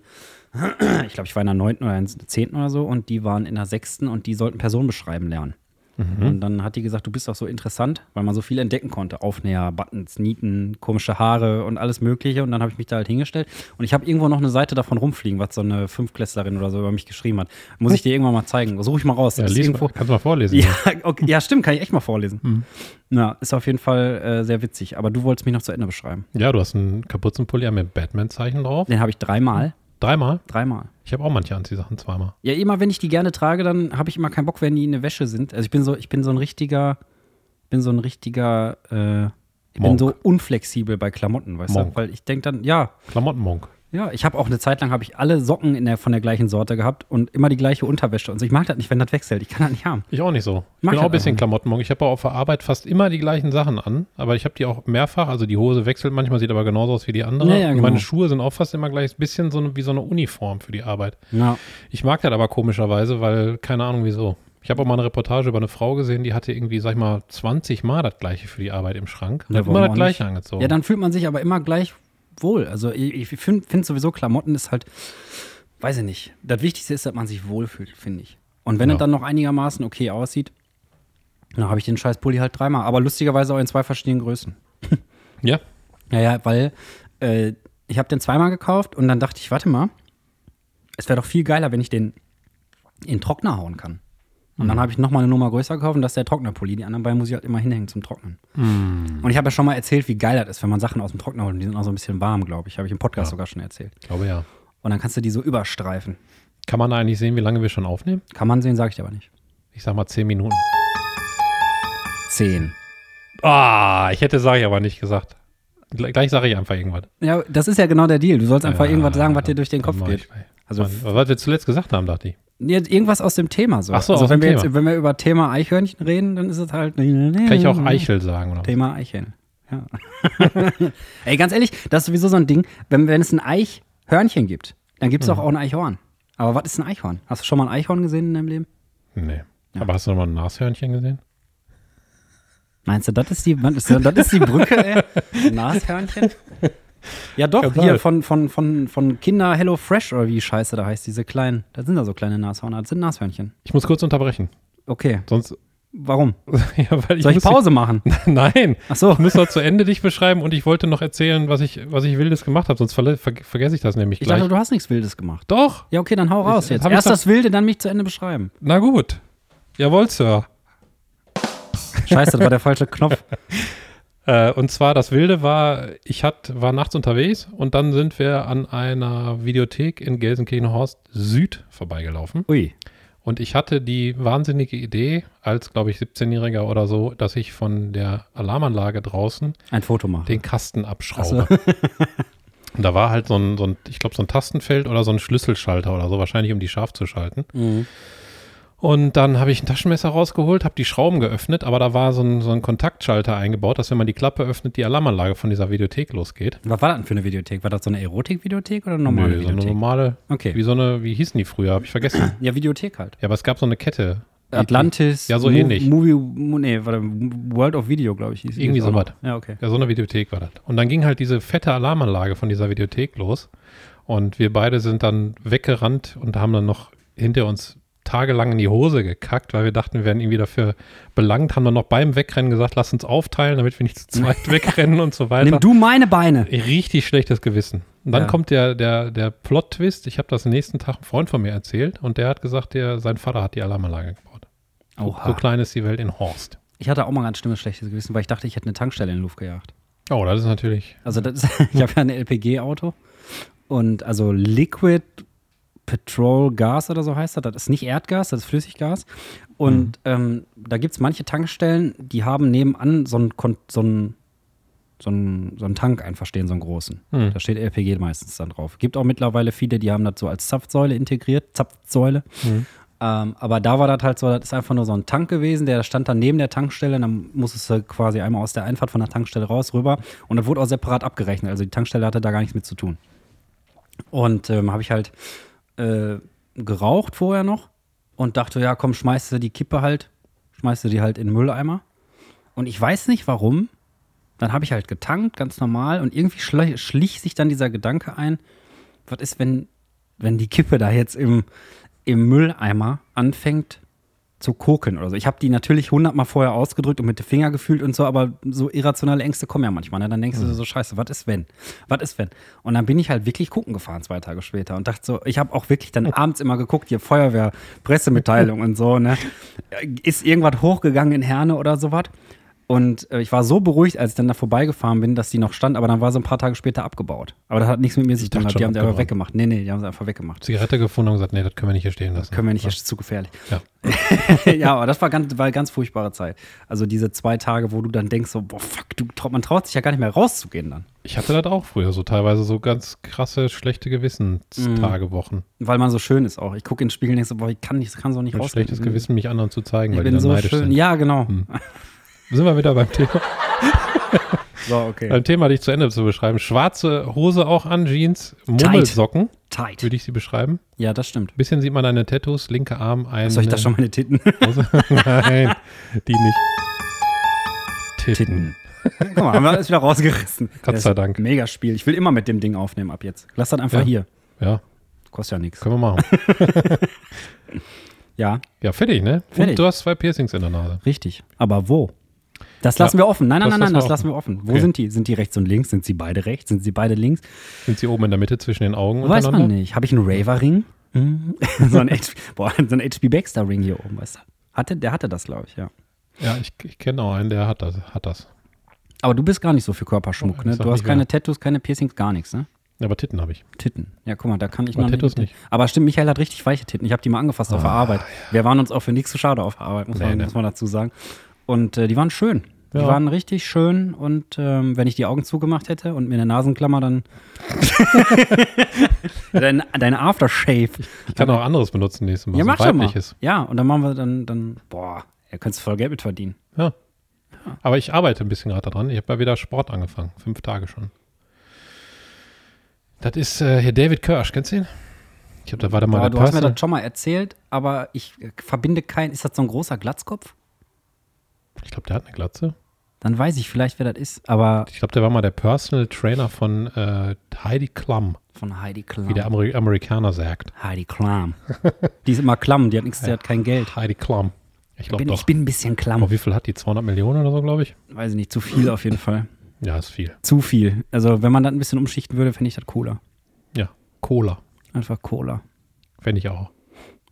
A: ich glaube, ich war in der neunten oder in der zehnten oder so und die waren in der sechsten und die sollten Personen beschreiben lernen.
B: Mhm.
A: Und dann hat die gesagt, du bist doch so interessant, weil man so viel entdecken konnte. Aufnäher, Buttons, Nieten, komische Haare und alles Mögliche. Und dann habe ich mich da halt hingestellt. Und ich habe irgendwo noch eine Seite davon rumfliegen, was so eine Fünfklässlerin oder so über mich geschrieben hat. Muss ich dir irgendwann mal zeigen. Suche ich mal raus.
B: Ja,
A: Das ist
B: lies
A: irgendwo-
B: mal, kannst du mal vorlesen.
A: ja, okay, ja, stimmt, kann ich echt mal vorlesen.
B: Hm.
A: Na, ist auf jeden Fall äh, sehr witzig. Aber du wolltest mich noch zu Ende beschreiben.
B: Ja, du hast einen Kapuzenpulli an mit Batman-Zeichen drauf.
A: Den habe ich dreimal.
B: Dreimal.
A: Dreimal.
B: Ich habe auch manche Anziehsachen zweimal.
A: Ja, immer wenn ich die gerne trage, dann habe ich immer keinen Bock, wenn die in der Wäsche sind. Also ich bin so, ich bin so ein richtiger, bin so ein richtiger, äh, ich bin
B: Monk.
A: so unflexibel bei Klamotten, weißt
B: Monk.
A: du? Weil ich denke dann, ja,
B: Klamottenmonk.
A: ja, ich habe auch eine Zeit lang habe ich alle Socken in der, von der gleichen Sorte gehabt und immer die gleiche Unterwäsche. Und so. ich mag das nicht, wenn das wechselt. Ich kann das nicht haben.
B: Ich auch nicht so. Ich
A: Mach
B: bin auch
A: halt
B: ein bisschen
A: einfach.
B: Klamottenmonk. Ich habe auch auf der Arbeit fast immer die gleichen Sachen an, aber ich habe die auch mehrfach. Also die Hose wechselt manchmal, sieht aber genauso aus wie die andere.
A: Ja, ja,
B: Und meine
A: genau.
B: Schuhe sind auch fast immer gleich. Ein bisschen so eine, wie so eine Uniform für die Arbeit.
A: Ja.
B: Ich mag das aber komischerweise, weil keine Ahnung wieso. Ich habe auch mal eine Reportage über eine Frau gesehen, die hatte irgendwie, sag ich mal, 20 Mal das gleiche für die Arbeit im Schrank. Und
A: Ja,
B: hat
A: warum
B: immer das
A: auch
B: gleiche angezogen.
A: Ja, dann fühlt man sich aber immer gleich wohl. Also ich, ich finde find sowieso, Klamotten ist halt, weiß ich nicht. Das Wichtigste ist, dass man sich wohlfühlt, finde ich. Und wenn
B: Ja.
A: es dann noch einigermaßen okay aussieht, dann habe ich den scheiß Pulli halt dreimal. Aber lustigerweise auch in zwei verschiedenen Größen.
B: ja.
A: Naja, weil äh, ich habe den zweimal gekauft und dann dachte ich, warte mal, es wäre doch viel geiler, wenn ich den in den Trockner hauen kann. Und dann habe ich nochmal eine Nummer größer gekauft und das ist der Trocknerpulli. Die anderen beiden muss ich halt immer hinhängen zum Trocknen. Und ich habe ja schon mal erzählt, wie geil das ist, wenn man Sachen aus dem Trockner holt. Und die sind auch so ein bisschen warm, glaube ich. Habe ich im Podcast sogar schon erzählt.
B: Ich glaube ja.
A: Und dann kannst du die so überstreifen.
B: Kann man da eigentlich sehen, wie lange wir schon aufnehmen?
A: Kann man sehen, sage ich dir aber nicht.
B: Ich sag mal 10 Minuten.
A: Zehn.
B: Ah, ich hätte sag ich aber nicht gesagt. Gle- gleich sage ich einfach irgendwas.
A: Ja, das ist ja genau der Deal. Du sollst einfach
B: Ja,
A: irgendwas sagen, was dir durch den Kopf
B: mach
A: geht.
B: ich bei.
A: Also
B: Mann, was wir zuletzt gesagt haben, dachte ich.
A: Jetzt irgendwas aus dem Thema so.
B: Ach so,
A: also
B: aus
A: wenn
B: dem
A: wir
B: Thema.
A: jetzt, wenn wir über Thema Eichhörnchen reden, dann ist es halt. Kann
B: Kann ich auch Eichel sagen? Oder? was?
A: Thema Eichhörnchen. Ja. Ey, ganz ehrlich, das ist sowieso so ein Ding, wenn, wenn es ein Eichhörnchen gibt, dann gibt es
B: Hm.
A: auch, auch ein Eichhorn. Aber was ist ein Eichhorn? Hast du schon mal ein Eichhorn gesehen in deinem Leben?
B: Nee. Aber hast du noch mal ein Nashörnchen gesehen?
A: Meinst du, das ist die, das ist, das ist die Brücke, ey? Ein Nashörnchen? Ja, doch,
B: Kann
A: hier
B: sein.
A: von, von, von, von Kinder Hello Fresh oder wie die Scheiße da heißt, diese kleinen. Da sind da so kleine Nashörner, das sind Nashörnchen.
B: Ich muss kurz unterbrechen.
A: Okay,
B: Sonst.
A: warum?
B: Ja, weil ich
A: Soll ich
B: muss-
A: Pause machen?
B: Nein.
A: Ach so.
B: Ich muss noch zu Ende dich beschreiben und ich wollte noch erzählen, was ich, was ich Wildes gemacht habe, sonst verle- ver vergesse ich das nämlich
A: Ich
B: gleich.
A: dachte, du hast nichts Wildes gemacht.
B: Doch,
A: Ja, okay, dann hau raus jetzt.
B: hab ich
A: Erst
B: doch-
A: das Wilde, dann mich zu Ende beschreiben.
B: na gut. Jawohl, Sir.
A: Scheiße, das war der falsche Knopf.
B: Äh, und zwar das Wilde war, ich hat, war nachts unterwegs und dann sind wir an einer Videothek in Gelsenkirchen-Horst Süd vorbeigelaufen.
A: Ui.
B: Und ich hatte die wahnsinnige Idee, als, glaube ich, 17-Jähriger oder so, dass ich von der Alarmanlage draußen
A: Ein Foto machen.
B: den Kasten abschraube. Und da war halt so ein, so ein ich glaube, so ein Tastenfeld oder so ein Schlüsselschalter oder so, wahrscheinlich um die scharf zu schalten.
A: Mhm.
B: Und dann habe ich ein Taschenmesser rausgeholt, habe die Schrauben geöffnet, aber da war so ein, so ein Kontaktschalter eingebaut, dass wenn man die Klappe öffnet, die Alarmanlage von dieser Videothek losgeht.
A: Was war das denn für eine Videothek? War das so eine Erotik-Videothek oder eine normale
B: so eine
A: Videothek?
B: normale,
A: Okay.
B: wie so eine, wie hießen die früher, habe ich vergessen.
A: ja, Videothek halt.
B: ja, aber es gab so eine Kette. Die-
A: Atlantis.
B: Ja, so
A: Mo-
B: ähnlich.
A: Movie, Mo- nee, warte, World of Video, glaube ich. Hieß
B: Irgendwie
A: hieß auch
B: sowas.
A: noch. Ja, okay.
B: Ja, so eine Videothek war das. Und dann ging halt diese fette Alarmanlage von dieser Videothek los. Und wir beide sind dann weggerannt und haben dann noch hinter uns tagelang in die Hose gekackt, weil wir dachten, wir werden irgendwie dafür belangt, haben dann noch beim Wegrennen gesagt, lass uns aufteilen, damit wir nicht zu zweit wegrennen und so weiter.
A: Nimm du meine Beine.
B: Richtig schlechtes Gewissen. Und dann
A: Ja.
B: kommt der, der, der Plot-Twist. Ich habe das nächsten Tag einem Freund von mir erzählt und der hat gesagt, der, sein Vater hat die Alarmanlage gebaut.
A: Oha.
B: So klein ist die Welt in Horst.
A: Ich hatte auch mal ganz schlimmes schlechtes Gewissen, weil ich dachte, ich hätte eine Tankstelle in die Luft gejagt.
B: Oh, das ist natürlich.
A: Also das ist, ich habe ja ein LPG-Auto und also Liquid Petrol Gas oder so heißt das. Das ist nicht Erdgas, das ist Flüssiggas. Und
B: Mhm.
A: ähm, da gibt es manche Tankstellen, die haben nebenan so einen, Kon- so einen, so einen, so einen Tank einfach stehen, so einen großen. Da steht LPG meistens dann drauf. Gibt auch mittlerweile viele, die haben das so als Zapfsäule integriert, Zapfsäule. Ähm, aber da war das halt so, das ist einfach nur so ein Tank gewesen, der stand dann neben der Tankstelle, und dann musstest du quasi einmal aus der Einfahrt von der Tankstelle raus, rüber und das wurde auch separat abgerechnet, also die Tankstelle hatte da gar nichts mit zu tun. Und ähm, habe ich halt äh, geraucht vorher noch und dachte, ja komm, schmeißt du die Kippe halt, schmeißt du die halt in den Mülleimer. Und ich weiß nicht warum, dann habe ich halt getankt, ganz normal und irgendwie schlich, schlich sich dann dieser Gedanke ein, was ist, wenn, wenn die Kippe da jetzt im, im Mülleimer anfängt zu koken oder so. Ich habe die natürlich hundertmal vorher ausgedrückt und mit dem Finger gefühlt und so, aber so irrationale Ängste kommen ja manchmal. Ne? Dann denkst
B: Mhm.
A: du dir so, scheiße, was ist wenn? Was ist wenn? Und dann bin ich halt wirklich gucken gefahren zwei Tage später und dachte so, ich habe auch wirklich
B: Oh.
A: dann abends immer geguckt, hier Feuerwehr, Pressemitteilung und so, ne? Ist irgendwas hochgegangen in Herne oder sowas? Und äh, ich war so beruhigt, als ich dann da vorbeigefahren bin, dass die noch stand, aber dann war sie ein paar Tage später abgebaut. Aber das hat nichts mit mir zu tun. gehabt.
B: dachte
A: Die
B: schon
A: haben sie einfach
B: abgebaut.
A: weggemacht. Nee, nee, die haben sie einfach weggemacht.
B: Zigarette gefunden und gesagt, nee, das können wir nicht hier stehen lassen.
A: Können wir nicht, das ist zu gefährlich.
B: Ja.
A: ja, aber das war ganz, war ganz furchtbare Zeit. Also diese zwei Tage, wo du dann denkst, so, boah, fuck, du, trau- man traut sich ja gar nicht mehr rauszugehen dann.
B: Ich hatte das auch früher, so teilweise so ganz krasse, schlechte Gewissenstage, Wochen.
A: Weil man so schön ist auch. Ich gucke in den Spiegel und denk so, boah, ich kann nicht, kann so nicht
B: Ein
A: rausgehen. Mhm.
B: schlechtes Gewissen, mich anderen zu zeigen,
A: Ich
B: weil die
A: bin
B: dann
A: so
B: neidisch
A: schön.
B: sind. Hm.
A: Ja, genau.
B: Sind wir wieder beim Thema,
A: So, okay.
B: beim Thema, dich zu Ende zu beschreiben. Schwarze Hose auch an, Jeans, Mummelsocken,
A: Tight.
B: würde ich sie beschreiben.
A: Ja, das stimmt.
B: Bisschen sieht man deine Tattoos, linke Arm, ein.
A: Soll ich da schon meine Titten?
B: Hose? Nein, die nicht. Titten.
A: Guck mal, haben wir alles wieder rausgerissen.
B: Gott sei
A: Das ist
B: Dank.
A: ein Mega Spiel. Ich will immer mit dem Ding aufnehmen ab jetzt. Lass das einfach
B: Ja.
A: hier.
B: Ja,
A: Kostet ja nichts.
B: können wir machen.
A: Ja,
B: Ja, fertig, ne?
A: Fertig.
B: Und du hast zwei Piercings in der Nase.
A: Richtig. Aber wo? Das lassen wir offen. Nein, nein,
B: das
A: nein, nein, das
B: lassen
A: lassen
B: wir
A: wir offen. Wo
B: Okay.
A: sind die? Sind die rechts und links? Sind sie beide rechts? Sind sie beide links?
B: Sind sie oben in der Mitte zwischen den Augen
A: Weiß man
B: untereinander?
A: nicht. Habe ich einen Raver-Ring? Mhm. so ein HP, boah, so ein HP Baxter- Ring hier oben, weißt du? Hatte, der hatte das, glaube ich, ja.
B: Ja, ich, ich kenne auch einen, der hat das. Hat das.
A: Aber du bist gar nicht so für Körperschmuck, ne?
B: ist doch
A: Du hast
B: nicht
A: keine
B: wahr.
A: Tattoos, keine Piercings, gar nichts, ne?
B: Ja, Aber Titten habe ich.
A: Titten. Ja, guck mal, da kann ich
B: Aber
A: noch
B: Tattoos nicht. Ah,
A: Aber stimmt, Michael hat richtig weiche Titten. Ich habe die mal angefasst auf der Arbeit. Wir waren uns auch für nichts zu schade auf der Arbeit, muss, man,
B: nee.
A: muss man dazu sagen. Und äh, die waren schön. Die
B: Ja.
A: waren richtig schön und ähm, wenn ich die Augen zugemacht hätte und mir eine Nasenklammer, dann dein, dein Aftershave.
B: Ich kann auch anderes benutzen nächstes Mal.
A: ja,
B: so ein
A: mach schon mal.
B: weibliches.
A: Ja, und dann machen wir dann, dann boah, er könntest voll Geld mit verdienen.
B: Ja. Aber ich arbeite ein bisschen gerade daran. Ich habe ja wieder Sport angefangen. Fünf Tage schon. Das ist äh, hier David Kirsch. Kennst du ihn? Ich habe da war da mal
A: Aber
B: der
A: du hast mir
B: Person.
A: das schon mal erzählt, aber ich äh, verbinde keinen. Ist das so ein großer Glatzkopf?
B: Ich glaube, der hat eine Glatze.
A: Dann weiß ich vielleicht, wer das ist. Aber
B: Ich glaube, der war mal der Personal Trainer von äh, Heidi Klum,
A: von Heidi
B: wie
A: Klum.
B: der Ameri Amerikaner sagt.
A: Heidi Klum. Die ist immer klamm, die hat nichts, die hat kein Geld.
B: Heidi Klum. Ich glaube
A: Bin,
B: doch.
A: ich bin ein bisschen
B: Aber
A: klamm.
B: wie viel hat die? 200 Millionen oder so, glaube ich?
A: Weiß ich nicht, zu viel auf jeden Fall.
B: Ja, ist viel.
A: Zu viel. Also, wenn man das ein bisschen umschichten würde, fände ich das cooler.
B: Ja, Cola.
A: Einfach Cola.
B: Fände ich auch.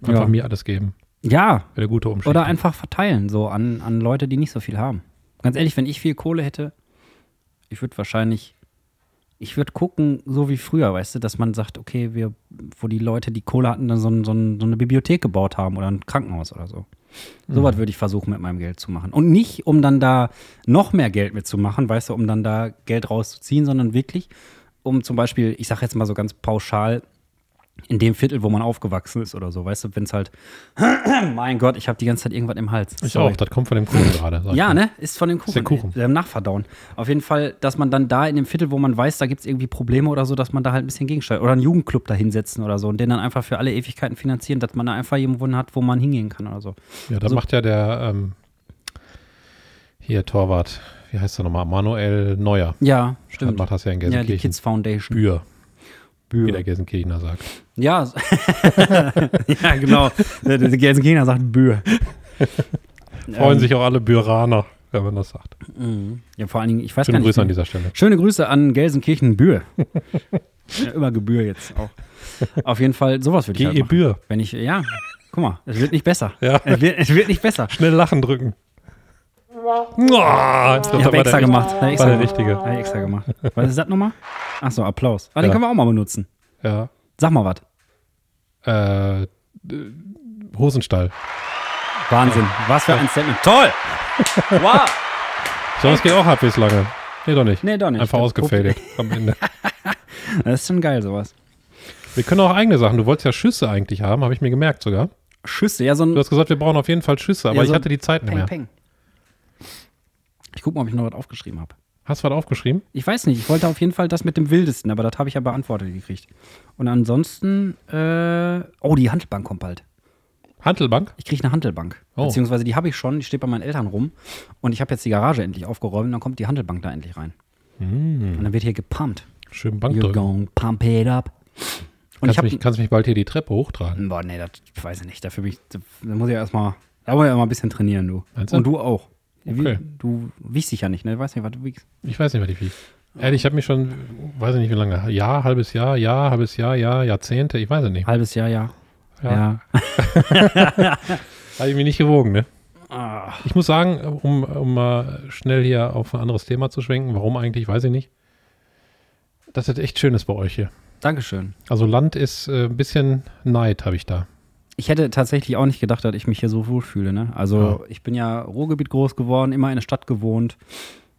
B: Einfach
A: Ja.
B: mir alles geben.
A: Ja,
B: Wäre eine gute Umschicht.
A: oder einfach verteilen, so an, an Leute, die nicht so viel haben. Ganz ehrlich, wenn ich viel Kohle hätte, ich würde wahrscheinlich, ich würde gucken, so wie früher, weißt du, dass man sagt, okay, wir, wo die Leute, die Kohle hatten, dann so, ein, so, ein, so eine Bibliothek gebaut haben oder ein Krankenhaus oder so. Sowas würde ich versuchen, mit meinem Geld zu machen. Und nicht, um dann da noch mehr Geld mitzumachen, weißt du, um dann da Geld rauszuziehen, sondern wirklich, um zum Beispiel, ich sage jetzt mal so ganz pauschal, in dem Viertel, wo man aufgewachsen ist oder so, weißt du, wenn es halt, mein Gott, ich habe die ganze Zeit irgendwas im Hals.
B: ich
A: Sorry.
B: auch. Das kommt von dem Kuchen gerade. sag ich
A: Ja,
B: mal.
A: ne? Ist von dem Kuchen.
B: der Kuchen.
A: äh, Nachverdauen. Auf jeden Fall, dass man dann da in dem Viertel, wo man weiß, da gibt es irgendwie Probleme oder so, dass man da halt ein bisschen gegensteuert. Oder einen Jugendclub da hinsetzen oder so und den dann einfach für alle Ewigkeiten finanzieren, dass man da einfach jemanden hat, wo man hingehen kann oder so.
B: Ja, da macht ja der, ähm, hier, Torwart, wie heißt er nochmal? Manuel Neuer.
A: Ja,
B: Das
A: stimmt.
B: macht das ja in
A: Ja,
B: Gelsenkirchen.
A: die Kids Foundation.
B: Bühr, wie
A: Bühre.
B: der Gelsenkirchener sagt.
A: Ja, so- ja genau. Der der Gelsenkirchener sagt Bühe.
B: Freuen
A: Ähm,
B: sich auch alle Büraner, wenn man das sagt.
A: Ja, vor allen Dingen, ich weiß gar
B: Schöne
A: nicht.
B: Grüße an dieser Stelle.
A: Schöne Grüße an Gelsenkirchen Bühe. ja, über Gebühr jetzt auch. Auf jeden Fall, sowas würde ich halt
B: GE
A: machen.
B: Bühr.
A: Wenn ich, ja, Guck mal, es wird nicht besser.
B: Ja.
A: Es, wird, es wird nicht besser.
B: Schnell Lachen drücken. Mua, jetzt
A: Ich habe
B: kommt aber
A: extra
B: der,
A: gemacht. Hab
B: war
A: extra
B: der
A: gemacht.
B: richtige. Genau.
A: Hab ich extra gemacht. Was ist das nochmal? Ach so, Applaus. Ah, den
B: Ja.
A: können wir auch mal benutzen.
B: Ja.
A: Sag mal was.
B: Äh, äh, Hosenstall.
A: Wahnsinn. Was für ein Statement. Toll! Wow!
B: Sonst geht auch halbwegs lange. Nee, doch nicht.
A: Nee, doch nicht.
B: Einfach ausgefadet am Ende.
A: Das ist schon geil, sowas.
B: Wir können auch eigene Sachen. Du wolltest ja Schüsse eigentlich haben, habe ich mir gemerkt sogar.
A: Schüsse, ja, so ein
B: Du hast gesagt, wir brauchen auf jeden Fall Schüsse, aber
A: Ja,
B: ich
A: so
B: hatte die Zeit nicht
A: Peng,
B: mehr.
A: peng. Ich guck mal, ob ich noch was aufgeschrieben habe.
B: Hast du was aufgeschrieben?
A: Ich weiß nicht, ich wollte auf jeden Fall das mit dem Wildesten, aber das habe ich ja beantwortet gekriegt. Und ansonsten, äh, oh, die Handelbank kommt bald.
B: Handelbank?
A: Ich kriege eine Handelbank.
B: Oh.
A: Beziehungsweise die habe ich schon, die steht bei meinen Eltern rum. Und ich habe jetzt die Garage endlich aufgeräumt und dann kommt die Handelbank da endlich rein. Und dann wird hier gepumpt.
B: Hm, Schön Bank
A: You
B: drücken.
A: gonna pump it up. Und
B: Kannst,
A: ich habe
B: mich, kannst mich bald hier die Treppe hochtragen.
A: Boah, nee, das weiß ich nicht. Dafür bin ich, da muss ich erstmal, da muss ich erstmal ein bisschen trainieren, du.
B: Meinst du?
A: Und du auch. Wie-
B: Okay.
A: Du wiegst dich ja nicht, ne? Ich weiß nicht, was du wiegst.
B: Ich weiß nicht, was ich wiege. Ehrlich, ich habe mich schon, weiß ich nicht wie lange, Jahr, halbes Jahr, Jahr, halbes Jahr, Jahr, Jahrzehnte, ich weiß es nicht.
A: Halbes Jahr, ja.
B: Ja.
A: Ja.
B: Habe ich mich nicht gewogen, ne?
A: Ah,
B: Ich muss sagen, um, um mal schnell hier auf ein anderes Thema zu schwenken, warum eigentlich, weiß ich nicht. Das ist echt schön ist bei euch hier.
A: Dankeschön.
B: Also Land ist äh, ein bisschen Neid, habe ich da.
A: Ich hätte tatsächlich auch nicht gedacht, dass ich mich hier so wohlfühle, ne? Also, ich bin ja Ruhrgebiet groß geworden, immer in der Stadt gewohnt.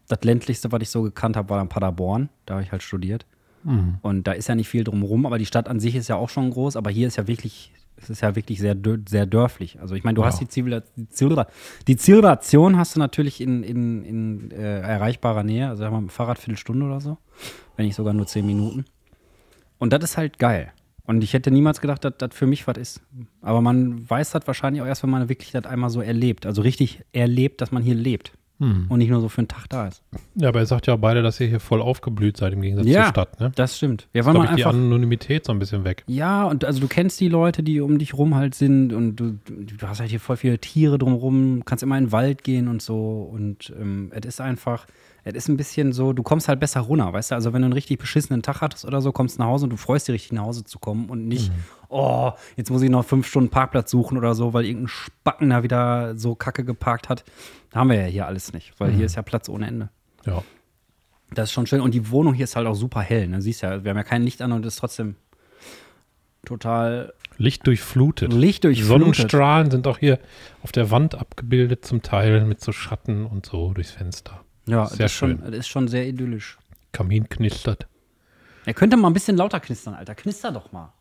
A: Das ländlichste, was ich so gekannt habe, war dann Paderborn. Da habe ich halt studiert. Und da ist ja nicht viel drumherum, aber die Stadt an sich ist ja auch schon groß, aber hier ist ja wirklich, es ist ja wirklich sehr, dö- sehr dörflich. Also ich meine, du
B: Wow.
A: hast die Zivila- die Zivila- die Zivilisation hast du natürlich in, in, in äh, erreichbarer Nähe, also sagen wir mal mit dem Fahrrad Viertelstunde oder so, wenn nicht sogar nur zehn Minuten. Und das ist halt geil. Und ich hätte niemals gedacht, dass das für mich was ist. Aber man weiß das wahrscheinlich auch erst, wenn man wirklich das einmal so erlebt. Also richtig erlebt, dass man hier lebt.
B: Hm.
A: Und nicht nur so für einen Tag da ist.
B: Ja, aber ihr sagt ja auch beide, dass ihr hier voll aufgeblüht seid im Gegensatz zur Stadt, ne?
A: das stimmt. Ja,
B: Da
A: weil
B: habe
A: man
B: ich die
A: einfach
B: Anonymität so ein bisschen weg.
A: Ja, und also du kennst die Leute, die um dich rum halt sind und du, du hast halt hier voll viele Tiere drumrum, kannst immer in den Wald gehen und so und ähm, es ist einfach, es ist ein bisschen so, du kommst halt besser runter, weißt du, also wenn du einen richtig beschissenen Tag hattest oder so, kommst nach Hause und du freust dich richtig nach Hause zu kommen und nicht, oh, jetzt muss ich noch fünf Stunden Parkplatz suchen oder so, weil irgendein Spacken da wieder so kacke geparkt hat. Da haben wir ja hier alles nicht, weil hier ist ja Platz ohne Ende.
B: Ja.
A: Das ist schon schön. Und die Wohnung hier ist halt auch super hell. Ne? Siehst ja, wir haben ja kein Licht an und ist trotzdem total
B: Licht durchflutet.
A: Licht durchflutet.
B: Sonnenstrahlen sind auch hier auf der Wand abgebildet, zum Teil mit so Schatten und so durchs Fenster.
A: Ja,
B: Sehr
A: das ist, schon,
B: schön.
A: das ist schon sehr idyllisch.
B: Kamin knistert.
A: Er könnte mal ein bisschen lauter knistern, Alter. Knister doch mal.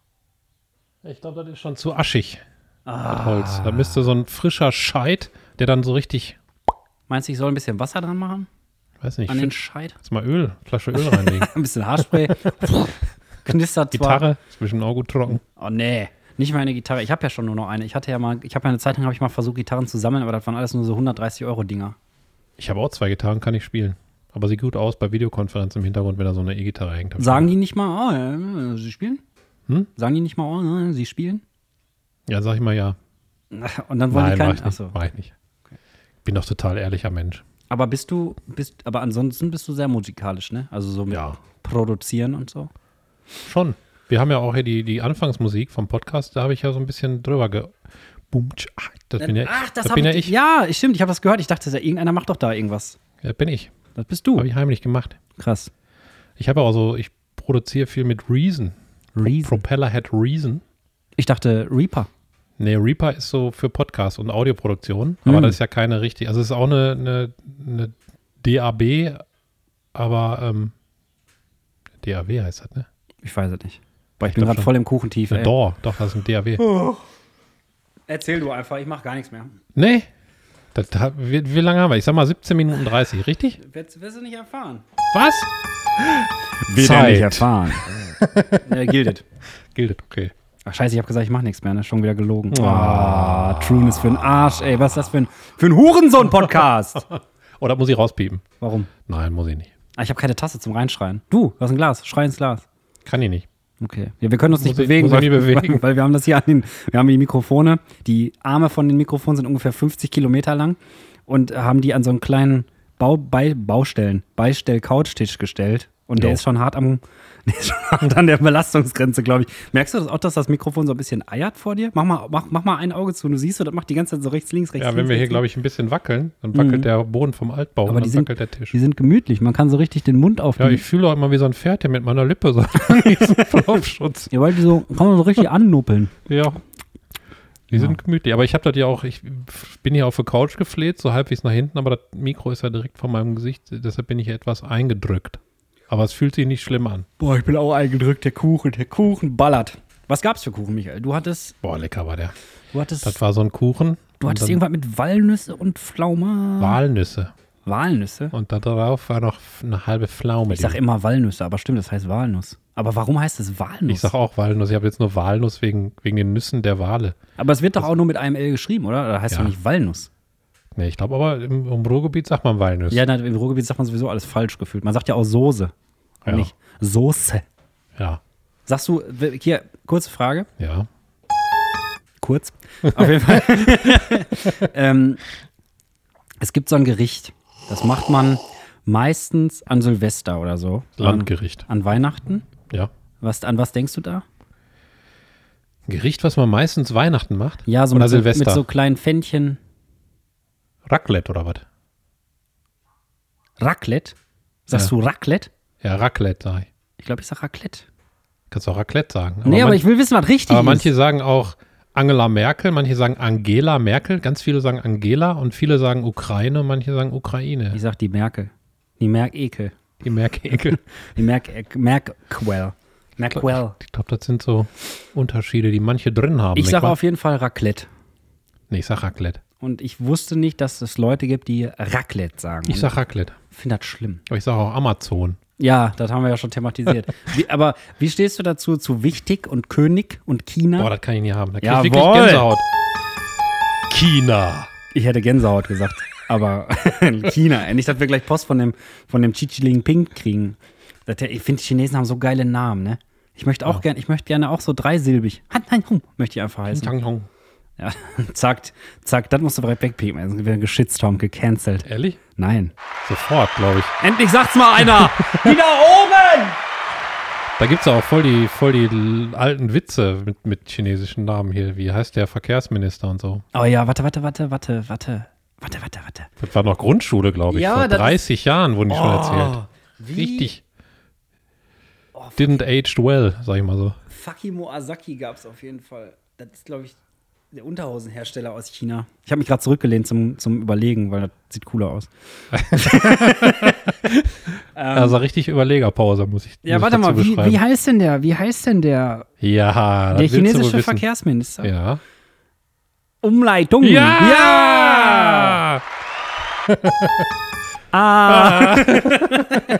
B: Ich glaube, das ist schon zu aschig.
A: Ah.
B: Das Holz. Da müsste so ein frischer Scheit, der dann so richtig,
A: Meinst du, ich soll ein bisschen Wasser dran machen?
B: weiß nicht,
A: An den
B: jetzt
A: Scheit?
B: mal Öl, Flasche Öl reinlegen.
A: Ein bisschen Haarspray. knistert zwar.
B: Gitarre, ist bestimmt auch gut trocken.
A: Oh nee, nicht meine Gitarre. Ich habe ja schon nur noch eine. Ich hatte ja mal, ich habe ja eine Zeit lang habe ich mal versucht Gitarren zu sammeln, aber das waren alles nur so 130 Euro Dinger.
B: Ich habe auch zwei Gitarren, kann ich spielen. Aber sieht gut aus bei Videokonferenz im Hintergrund, wenn da so eine E-Gitarre hängt.
A: Sagen die nicht mal, oh, äh, sie spielen?
B: Hm?
A: Sagen die nicht mal, oh, äh, sie spielen?
B: Ja, sag ich mal ja.
A: Und dann wollen
B: Nein,
A: die
B: mach
A: keinen.
B: ich nicht.
A: Achso.
B: Mach ich nicht. Bin doch total ehrlicher Mensch.
A: Aber bist du, bist, aber ansonsten bist du sehr musikalisch, ne? Also so mit
B: Ja.
A: Produzieren und so.
B: Schon. Wir haben ja auch hier die, die Anfangsmusik vom Podcast, da habe ich ja so ein bisschen drüber geboomt. Ah, Das bin ja ich.
A: Äh, Ach, das,
B: das
A: hab
B: bin ja
A: ich.
B: ich.
A: Ja, ich- stimmt, ich habe das gehört. Ich dachte, ja, irgendeiner macht doch da irgendwas.
B: Ja, bin ich.
A: Das bist du.
B: Habe ich heimlich gemacht.
A: Krass.
B: Ich habe auch so, ich produziere viel mit Reason.
A: Reason.
B: Propellerhead Reason.
A: Ich dachte Reaper.
B: Nee, Reaper ist so für Podcast und Audioproduktion, aber
A: Hm.
B: das ist ja keine richtige, also es ist auch eine, eine, eine DAB, aber ähm, DAW heißt das, ne?
A: Ich weiß es nicht. Boah, ich,
B: glaub
A: bin gerade
B: schon.
A: voll im Kuchentief.
B: Eine
A: Ey.
B: DAW, doch, das ist ein DAW.
A: Erzähl du einfach, ich mache gar nichts mehr.
B: Nee, das, da, wie, wie lange haben wir? Ich sag mal 17 Minuten 30, richtig?
A: Wirst, wirst du nicht erfahren.
B: Was?
A: Wieder nicht erfahren. äh, gildet.
B: Gildet, okay.
A: Ach scheiße, ich habe gesagt, ich mache nichts mehr. Ne? Schon wieder gelogen. Ah, Trune ist für ein Arsch, ey. Was ist das für ein, für ein Hurensohn-Podcast?
B: Oder Oh, muss ich rauspiepen?
A: Warum?
B: Nein, muss ich nicht.
A: Ah, ich habe keine Tasse zum Reinschreien. Du, was ein Glas? Schrei ins Glas.
B: Kann ich nicht.
A: Okay. Ja, wir können uns nicht
B: Muss ich-
A: bewegen,
B: muss ich
A: weil,
B: nie bewegen.
A: Weil, weil wir haben das hier an den, wir haben die Mikrofone. Die Arme von den Mikrofonen sind ungefähr 50 Kilometer lang und haben die an so einen kleinen Bau, bei, Baustellen, Beistell-Couchtisch gestellt. Und der
B: Jo.
A: ist schon hart am, der ist schon hart an der Belastungsgrenze, glaube ich. Merkst du das auch, dass das Mikrofon so ein bisschen eiert vor dir? Mach mal, mach, mach mal ein Auge zu, du siehst, so, das macht die ganze Zeit so rechts, links, rechts.
B: Ja, wenn wir hier, glaube ich, ein bisschen wackeln, dann wackelt der Boden vom Altbau
A: Mhm. Aber
B: und
A: die
B: dann
A: sind-
B: wackelt der Tisch.
A: Die sind gemütlich, man kann so richtig den Mund auf
B: Ja,
A: die,
B: ich fühle auch immer wie so ein Pferd hier mit meiner Lippe, so diesen Flaufschutz.
A: Ja, weil die so, kann man so richtig annuppeln.
B: Ja. Die
A: Ja.
B: sind gemütlich. Aber ich habe das ja auch, ich bin hier auf der Couch gefleht, so halbwegs nach hinten, aber das Mikro ist ja direkt vor meinem Gesicht, deshalb bin ich hier etwas eingedrückt. Aber es fühlt sich nicht schlimm an.
A: Boah, ich bin auch eingedrückt, der Kuchen, der Kuchen ballert. Was gab's für Kuchen, Michael? Du hattest,
B: Boah, lecker war der.
A: du hattest,
B: Das war so ein Kuchen.
A: du hattest
B: und dann
A: irgendwas mit Walnüsse und Pflaume.
B: Walnüsse.
A: Walnüsse?
B: Und da drauf war noch eine halbe Pflaume.
A: Ich sag immer Walnüsse, aber stimmt, das heißt Walnuss. Aber warum heißt es Walnuss?
B: ich sag auch Walnuss. Ich habe jetzt nur Walnuss wegen, wegen den Nüssen der Wale.
A: aber es wird doch auch nur mit einem L geschrieben, oder? Da heißt
B: Ja.
A: doch nicht Walnuss.
B: Nee, ich glaube aber im, im Ruhrgebiet sagt man Walnuss.
A: Ja, na, im Ruhrgebiet sagt man sowieso alles falsch gefühlt. Man sagt ja auch Soße.
B: Ja.
A: Und nicht Soße.
B: Ja.
A: Sagst du, hier, kurze Frage.
B: ja.
A: kurz. Auf jeden Fall. ähm, es gibt so ein Gericht. Das macht man meistens an Silvester oder so.
B: Landgericht.
A: An, an Weihnachten.
B: Ja.
A: Was, an was denkst du da?
B: Gericht, was man meistens Weihnachten macht?
A: Ja, so,
B: oder
A: mit, so
B: Silvester.
A: mit so kleinen Pfännchen.
B: Raclette oder was?
A: Raclette. Sagst du Raclette?
B: Ja, Raclette sag ich.
A: Ich glaube, ich sage Raclette.
B: Kannst auch Raclette sagen.
A: nee, aber
B: man-
A: ich will wissen, was richtig
B: aber manche
A: ist.
B: sagen auch Angela Merkel, manche sagen Angela Merkel, ganz viele sagen Angela und viele sagen Ukraine und manche sagen Ukraine.
A: Ich sag die Merkel. Die Merkekel.
B: Die Merkel.
A: Die Merk Merkwell. Merkwell.
B: Ich glaube, das sind so Unterschiede, die manche drin haben.
A: Ich
B: nicht
A: sage
B: wahr?
A: auf jeden Fall Raclette.
B: Nee, ich sag Raclette.
A: Und ich wusste nicht, dass es Leute gibt, die Raclette sagen.
B: Ich sag Raclette.
A: Ich finde das schlimm.
B: Aber ich sag auch Amazon.
A: Ja, das haben wir ja schon thematisiert. wie, aber wie stehst du dazu zu wichtig und König und China?
B: Boah, das kann ich nicht haben. Da krieg ich wirklich
A: Jawohl.
B: Gänsehaut. China.
A: ich hätte Gänsehaut gesagt, aber China. Ey, Nicht, dass wir gleich Post von dem, von dem Xi Jinping kriegen. Das, der- ich finde, Chinesen haben so geile Namen, ne? Ich möchte auch gerne, ich möchte gerne auch so dreisilbig. Han, han, hum, möchte ich einfach heißen.
B: Tang Hong.
A: Ja, zack, zack, das musst du direkt wegpiepen. Sonst werden geschitzt haben, gecancelt.
B: Ehrlich?
A: Nein.
B: Sofort, glaube ich.
A: Endlich sagt's mal einer! die da oben!
B: Da gibt es auch voll die, voll die l- alten Witze mit, mit chinesischen Namen hier. Wie heißt der Verkehrsminister und so?
A: Oh ja, warte, warte, warte, warte, warte. Warte, warte, warte.
B: Das war noch Grundschule, glaube ich.
A: Ja,
B: Vor
A: das ist- Oh.
B: 30 Jahren wurden die schon erzählt. Richtig.
A: Oh,
B: Didn't aged well, sag ich mal so.
A: Faki Moasaki gab es auf jeden Fall. Das ist, glaube ich, der Unterhosenhersteller aus China. Ich habe mich gerade zurückgelehnt zum, zum Überlegen, weil das sieht cooler aus.
B: also richtig Überlegerpause, muss ich muss
A: Ähm. Ja,
B: ich
A: warte
B: dazu
A: mal, wie,
B: beschreiben.
A: wie heißt denn der, wie heißt denn der,
B: Ja,
A: der
B: das willst du wohl
A: chinesische
B: wissen.
A: Verkehrsminister?
B: Ja.
A: Umleitung. ja!
B: Ja!
A: Ah.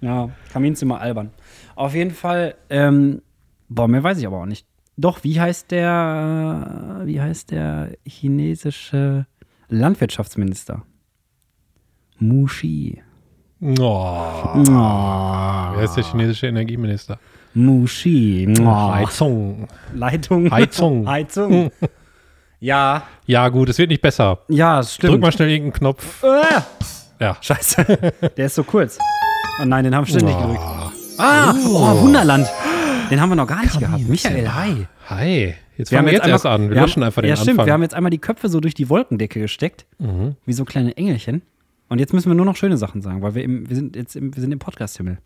A: Ja, Kaminzimmer albern. Auf jeden Fall, ähm, boah, mehr weiß ich aber auch nicht. Doch, wie heißt der, wie heißt der chinesische Landwirtschaftsminister? Mushi.
B: Oh, wer ist der chinesische Energieminister?
A: Mushi. Mua.
B: Heizung.
A: Leitung.
B: Heizung. Hm.
A: Heizung. ja.
B: Ja, gut, es wird nicht besser.
A: Ja, es stimmt.
B: Drück mal schnell irgendeinen Knopf.
A: Ah,
B: Ja.
A: scheiße. Der ist so kurz. Oh nein, den haben wir ständig
B: Oh.
A: gedrückt. Ah, oh, Wunderland. Den haben wir noch gar nicht gehabt. Michael, hi.
B: Hi. Jetzt fangen wir jetzt erst an. Wir, löschen einfach den
A: ja, stimmt.
B: Anfang. Mhm.
A: Wir haben jetzt einmal die Köpfe so durch die Wolkendecke gesteckt. Wie so kleine Engelchen. Und jetzt müssen wir nur noch schöne Sachen sagen, weil wir, im, wir sind jetzt im, wir sind im Podcast-Himmel.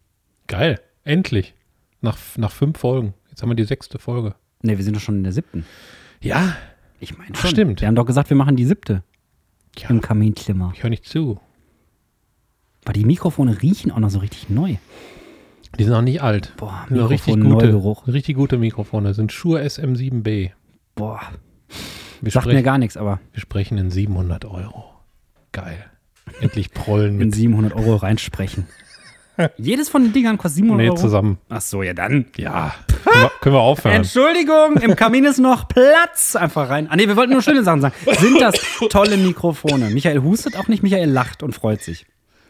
B: Geil. Endlich. Nach, nach fünf Folgen. Jetzt haben wir die sechste Folge.
A: Ne, wir sind doch schon in der siebten.
B: Ja.
A: Ich meine
B: Ach,
A: schon.
B: stimmt.
A: Wir haben doch gesagt, wir machen die siebte
B: Ja.
A: im Kaminklimmer.
B: Ich höre nicht zu.
A: Aber die Mikrofone riechen auch noch so richtig neu.
B: Die sind auch nicht alt.
A: Boah,
B: Die sind auch richtig
A: Mikrofon,
B: gute,
A: Neugeruch.
B: richtig gute Mikrofone. Das sind Shure SM7B.
A: Boah,
B: Wir
A: sagt mir
B: sprechen,
A: gar nichts, aber
B: wir sprechen in 700 Euro. Geil. Endlich Prollen
A: in
B: mit
A: 700 Euro reinsprechen. Jedes von den Dingern kostet 700
B: Nee,
A: Euro.
B: zusammen.
A: Ach so, ja dann.
B: Ja. Können wir, können wir aufhören.
A: Entschuldigung, im Kamin ist noch Platz. Einfach rein. Ah nee, wir wollten nur schöne Sachen sagen. Sind das tolle Mikrofone? Michael hustet auch nicht, Michael lacht und freut sich.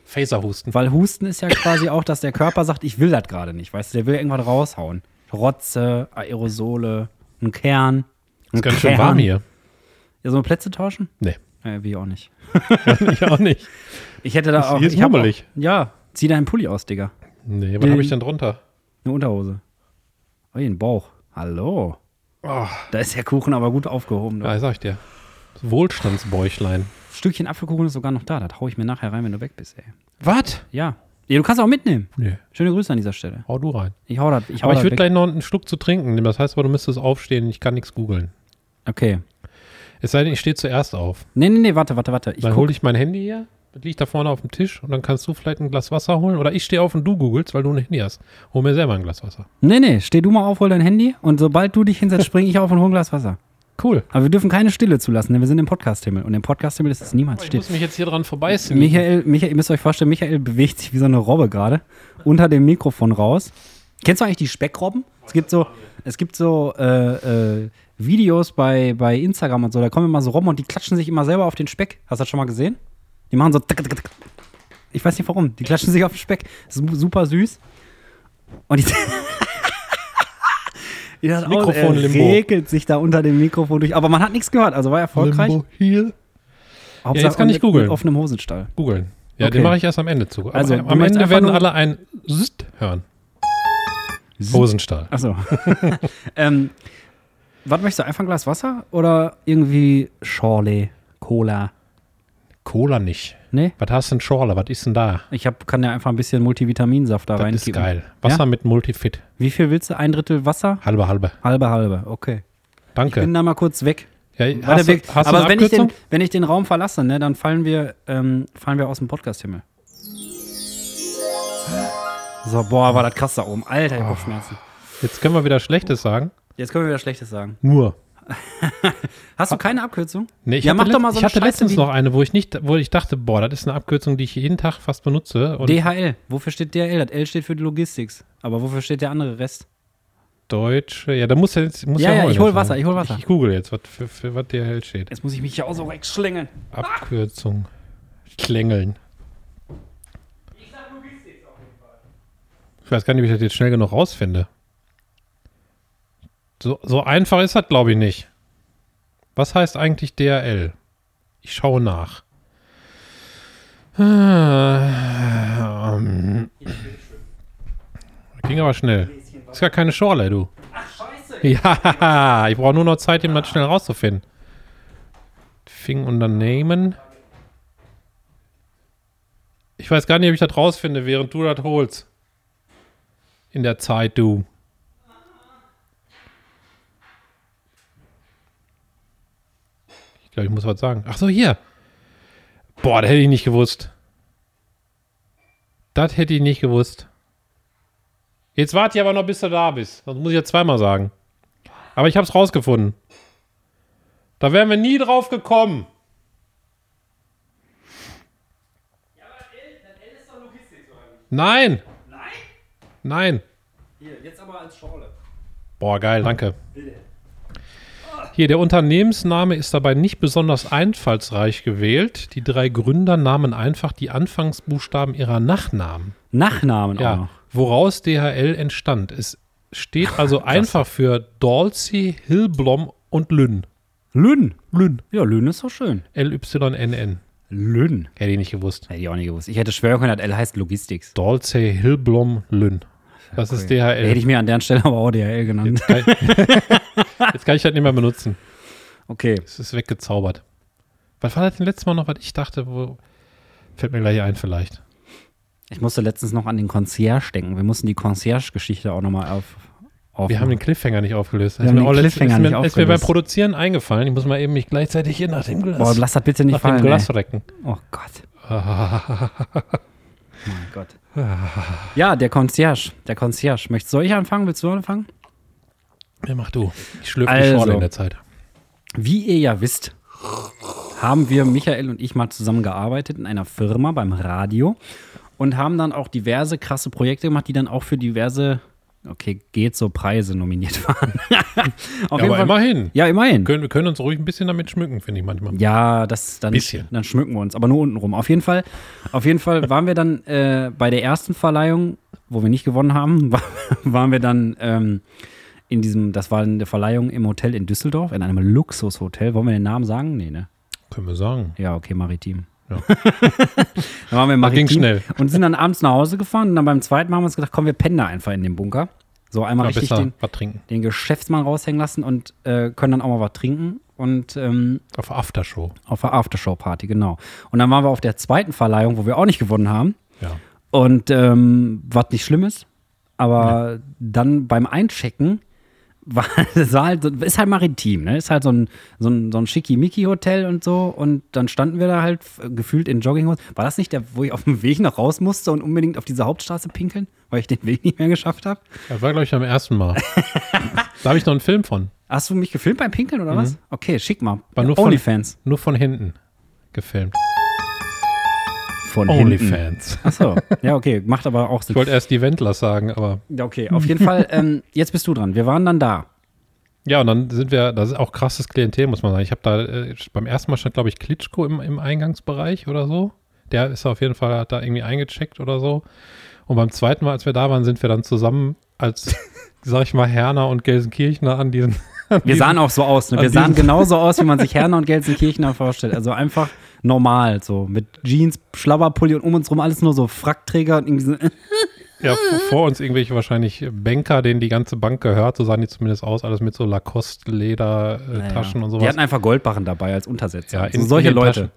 B: Phaserhusten.
A: Weil Husten ist ja quasi auch, dass der Körper sagt, ich will das gerade nicht, weißt du, der will irgendwas raushauen. Rotze, Aerosole, ein Kern. Ein
B: Ist ganz schön warm hier.
A: Ja, so Plätze tauschen?
B: Nee.
A: Äh, wie auch nicht.
B: ich auch nicht.
A: Ich hätte da
B: Ist-
A: auch.
B: hier ist
A: ich hab auch
B: mummelig.
A: ja, zieh deinen Pulli aus, Digga.
B: Nee, was
A: Nee.
B: habe ich denn drunter?
A: Eine Unterhose. Oh, den Bauch. Hallo.
B: Oh,
A: Da ist der Kuchen aber gut aufgehoben. Du.
B: ja, sag ich dir. Das Wohlstandsbäuchlein.
A: Stückchen Apfelkuchen ist sogar noch da. Das hau ich mir nachher rein, wenn du weg bist, ey.
B: Was?
A: Ja. Ja, du kannst auch mitnehmen.
B: Nee,
A: Schöne Grüße an dieser Stelle.
B: hau du rein.
A: Ich hau das. Ich hau
B: Aber ich
A: das
B: würde
A: weg.
B: gleich noch einen Schluck zu trinken nehmen. Das heißt aber, du müsstest aufstehen. Ich kann nichts googeln.
A: Okay.
B: Es sei denn, ich stehe zuerst auf.
A: Nee, nee, nee, warte, warte, warte. Ich
B: Dann
A: guck.
B: hole ich mein Handy hier. Das liegt da vorne auf dem Tisch. Und dann kannst du vielleicht ein Glas Wasser holen. Oder ich stehe auf und du googelst, weil du ein Handy hast. Hol mir selber ein Glas Wasser.
A: Nee, nee, steh du mal auf, hol dein Handy und sobald du dich hinsetzt, springe ich auf und hol ein Glas Wasser.
B: Cool.
A: Aber wir dürfen keine Stille zulassen, denn wir sind im Podcast-Himmel. Und im Podcast-Himmel ist es niemals
B: Ich
A: still.
B: muss mich jetzt hier dran vorbeißen.
A: Michael, Michael, ihr müsst euch vorstellen, Michael bewegt sich wie so eine Robbe gerade unter dem Mikrofon raus. Kennst du eigentlich die Speckrobben? Es gibt so, es gibt so äh, äh, Videos bei, bei Instagram und so, da kommen immer so Robben und die klatschen sich immer selber auf den Speck. Hast du das schon mal gesehen? Die machen so. tick, tick, tick. Ich weiß nicht warum. Die klatschen sich auf den Speck. Su- Super süß. Und die. Die das
B: Mikrofon
A: äh,
B: Limbo.
A: regelt sich da unter dem Mikrofon durch. Aber man hat nichts gehört, also war erfolgreich.
B: Limbo hier.
A: Hauptsache
B: jetzt kann ich
A: mit-
B: googeln.
A: Mit offenem Hosenstall.
B: Googeln. Ja,
A: Okay.
B: den mache ich erst am Ende zu. Aber
A: Also, du
B: am
A: möchtest
B: Ende
A: einfach
B: werden
A: nur-
B: alle ein Zzt hören. Hosenstall.
A: Achso. ähm, was möchtest du? Einfach ein Glas Wasser oder irgendwie Schorle, Cola?
B: Cola nicht.
A: Nee?
B: Was hast denn Schorle? Was ist denn da?
A: Ich hab, kann ja einfach ein bisschen Multivitaminsaft da
B: Das
A: rein.
B: ist geil. Wasser mit Multifit.
A: Wie viel willst du? Ein Drittel Wasser?
B: Halbe, halbe.
A: Halbe, halbe. Okay. Ich
B: Danke.
A: bin da mal kurz weg.
B: Ja,
A: Warte,
B: hast,
A: weg.
B: du, hast du
A: Aber
B: eine
A: wenn ich, den,
B: Abkürzung?
A: wenn ich den Raum verlasse, ne, dann fallen wir, ähm, fallen wir aus dem Podcast-Himmel. So, boah, war das krass da oben. Alter, ich
B: Oh.
A: hab Kopfschmerzen.
B: Jetzt können wir wieder Schlechtes sagen.
A: Jetzt können wir wieder Schlechtes sagen.
B: Nur.
A: Hast du keine Abkürzung?
B: Nee, ich
A: ja,
B: hatte
A: mach
B: let-
A: doch mal so
B: ich
A: eine
B: hatte
A: Scheiße
B: letztens
A: wie
B: noch eine, wo ich nicht, wo ich dachte, boah, das ist eine Abkürzung, die ich jeden Tag fast benutze. Und
A: DHL. Wofür steht DHL? Das L steht für die Logistics. Aber wofür steht der andere Rest?
B: Deutsche. Ja, da muss ja jetzt. Muss
A: Ja,
B: ja,
A: ja,
B: holen
A: ich hol
B: jetzt, ne?
A: Wasser, ich hol Wasser.
B: Ich, google jetzt, was für, für was DHL steht.
A: Jetzt muss ich mich hier auch so wegschlängeln.
B: Abkürzung. Klängeln. Ich weiß gar nicht, ob ich das jetzt schnell genug rausfinde. So, so einfach ist das, glaube ich, nicht. Was heißt eigentlich DRL? Ich schaue nach. Ah, ähm. Ging aber schnell. Ist gar keine Schorle, du. Ja, ich brauche nur noch Zeit, um das schnell rauszufinden. Fing Unternehmen. Ich weiß gar nicht, ob ich das rausfinde, während du das holst. In der Zeit, du. Ich glaube, ich muss was sagen. Ach so, hier. Boah, das hätte ich nicht gewusst. Das hätte ich nicht gewusst. Jetzt warte ich aber noch, bis du da bist. Sonst muss ich ja zweimal sagen. Aber ich habe es rausgefunden. Da wären wir nie drauf gekommen. Nein. Nein. Nein.
A: Hier, jetzt aber als Schorle.
B: Boah, geil, danke. Hier, der Unternehmensname ist dabei nicht besonders einfallsreich gewählt. Die drei Gründer nahmen einfach die Anfangsbuchstaben ihrer Nachnamen.
A: Nachnamen auch
B: Ja,
A: noch.
B: woraus DHL entstand. Es steht also einfach für Dalsey, Hillblom und Lynn.
A: Lünn.
B: Lynn.
A: Ja, Lünn ist doch schön.
B: L-Y-N-N.
A: Lünn.
B: Hätte ich nicht gewusst.
A: Hätte ich auch nicht gewusst. Ich hätte schwören können, das L heißt Logistics.
B: Dalsey, Hillblom, Lynn. Das ist
A: Hätte
B: DHL.
A: ich mir an deren Stelle aber auch DHL genannt.
B: Jetzt kann ich das nicht mehr benutzen.
A: Okay.
B: Es ist weggezaubert. Was war das denn letztes Mal noch, was ich dachte, wo. Fällt mir gleich ein, vielleicht.
A: Ich musste letztens noch an den Concierge denken. Wir mussten die Concierge-Geschichte auch nochmal auf, auf.
B: Wir haben den Cliffhanger nicht aufgelöst.
A: Wir haben den
B: auch letzt-
A: Cliffhanger
B: ist mir,
A: nicht
B: ist mir beim
A: aufgelöst.
B: Produzieren eingefallen. Ich muss mal eben mich gleichzeitig hier nach dem Glas,
A: Boah, lass das bitte nicht
B: nach dem
A: fallen.
B: Glas
A: ey.
B: recken.
A: Oh Gott. mein Gott. Ja, der Concierge. Der Concierge. Möchtest soll ich anfangen? Willst du anfangen?
B: Ja, mach du. Ich schlürfe die
A: Also.
B: Schorle in der Zeit.
A: Wie ihr ja wisst, haben wir, Michael und ich, mal zusammengearbeitet in einer Firma beim Radio und haben dann auch diverse krasse Projekte gemacht, die dann auch für diverse, okay, geht so Preise nominiert waren. Auf
B: Ja, aber immerhin.
A: Ja, immerhin.
B: Können, wir können uns ruhig ein bisschen damit schmücken, finde ich manchmal.
A: Ja, das dann,
B: Bisschen.
A: dann schmücken wir uns, aber nur unten rum. Auf jeden Fall, auf jeden Fall waren wir dann äh, bei der ersten Verleihung, wo wir nicht gewonnen haben, wa- waren wir dann ähm, in diesem, das war eine Verleihung im Hotel in Düsseldorf, in einem Luxushotel. Wollen wir den Namen sagen? Nee, ne?
B: Können wir sagen.
A: Ja, okay, maritim.
B: Ja.
A: dann waren wir
B: Da
A: maritim
B: ging's schnell.
A: und sind dann abends nach Hause gefahren. Und dann beim zweiten Mal haben wir uns gedacht, komm, wir pennen da einfach in dem Bunker. So einmal
B: Ja,
A: richtig
B: besser
A: den,
B: was trinken.
A: den Geschäftsmann raushängen lassen und äh, können dann auch mal was trinken. Und ähm,
B: Auf der Aftershow.
A: auf der Aftershow-Party, genau. Und dann waren wir auf der zweiten Verleihung, wo wir auch nicht gewonnen haben.
B: Ja.
A: Und ähm, was nicht schlimm ist, aber dann beim Einchecken war, das war halt so, ist halt maritim, ne? Ist halt so ein, so ein, so ein Schickimicki-Hotel und so. Und dann standen wir da halt f- gefühlt in Jogginghosen. War das nicht der, wo ich auf dem Weg noch raus musste und unbedingt auf diese Hauptstraße pinkeln, weil ich den Weg nicht mehr geschafft habe?
B: Das war, glaube ich, beim ersten Mal. da habe ich noch einen Film von.
A: Hast du mich gefilmt beim Pinkeln oder was? Okay, schick mal.
B: Mhm. War nur von-
A: Onlyfans.
B: Nur von hinten gefilmt.
A: Von, Oh, hinten.
B: Onlyfans.
A: Ach so. ja, okay, macht aber auch
B: Ich
A: Sinn.
B: wollte erst die Wendlers sagen, aber.
A: Ja, okay, auf jeden Fall, ähm, jetzt bist du dran. Wir waren dann da.
B: Ja, und dann sind wir, das ist auch krasses Klientel, muss man sagen. Ich habe da, äh, beim ersten Mal stand, glaube ich, Klitschko im, im Eingangsbereich oder so. Der ist auf jeden Fall, hat da irgendwie eingecheckt oder so. Und beim zweiten Mal, als wir da waren, sind wir dann zusammen als, sag ich mal, Herner und Gelsenkirchner an diesen.
A: Wir
B: An diesen-
A: sahen auch so aus, ne? Wir
B: an
A: sahen
B: diesem-
A: genauso aus, wie man sich Herner und Gelsenkirchner vorstellt. Also einfach normal, so mit Jeans, Schlabberpulli und um uns rum alles nur so Frackträger und irgendwie so. äh,
B: Ja, vor,
A: Mhm.
B: vor uns irgendwelche wahrscheinlich Banker, denen die ganze Bank gehört, so sahen die zumindest aus, alles mit so Lacoste-Leder-Taschen äh, Taschen und
A: Die
B: sowas.
A: hatten einfach Goldbarren dabei als Untersetzer.
B: Ja,
A: Ja,
B: in-
A: so solche
B: in den
A: Leute.
B: Taschen.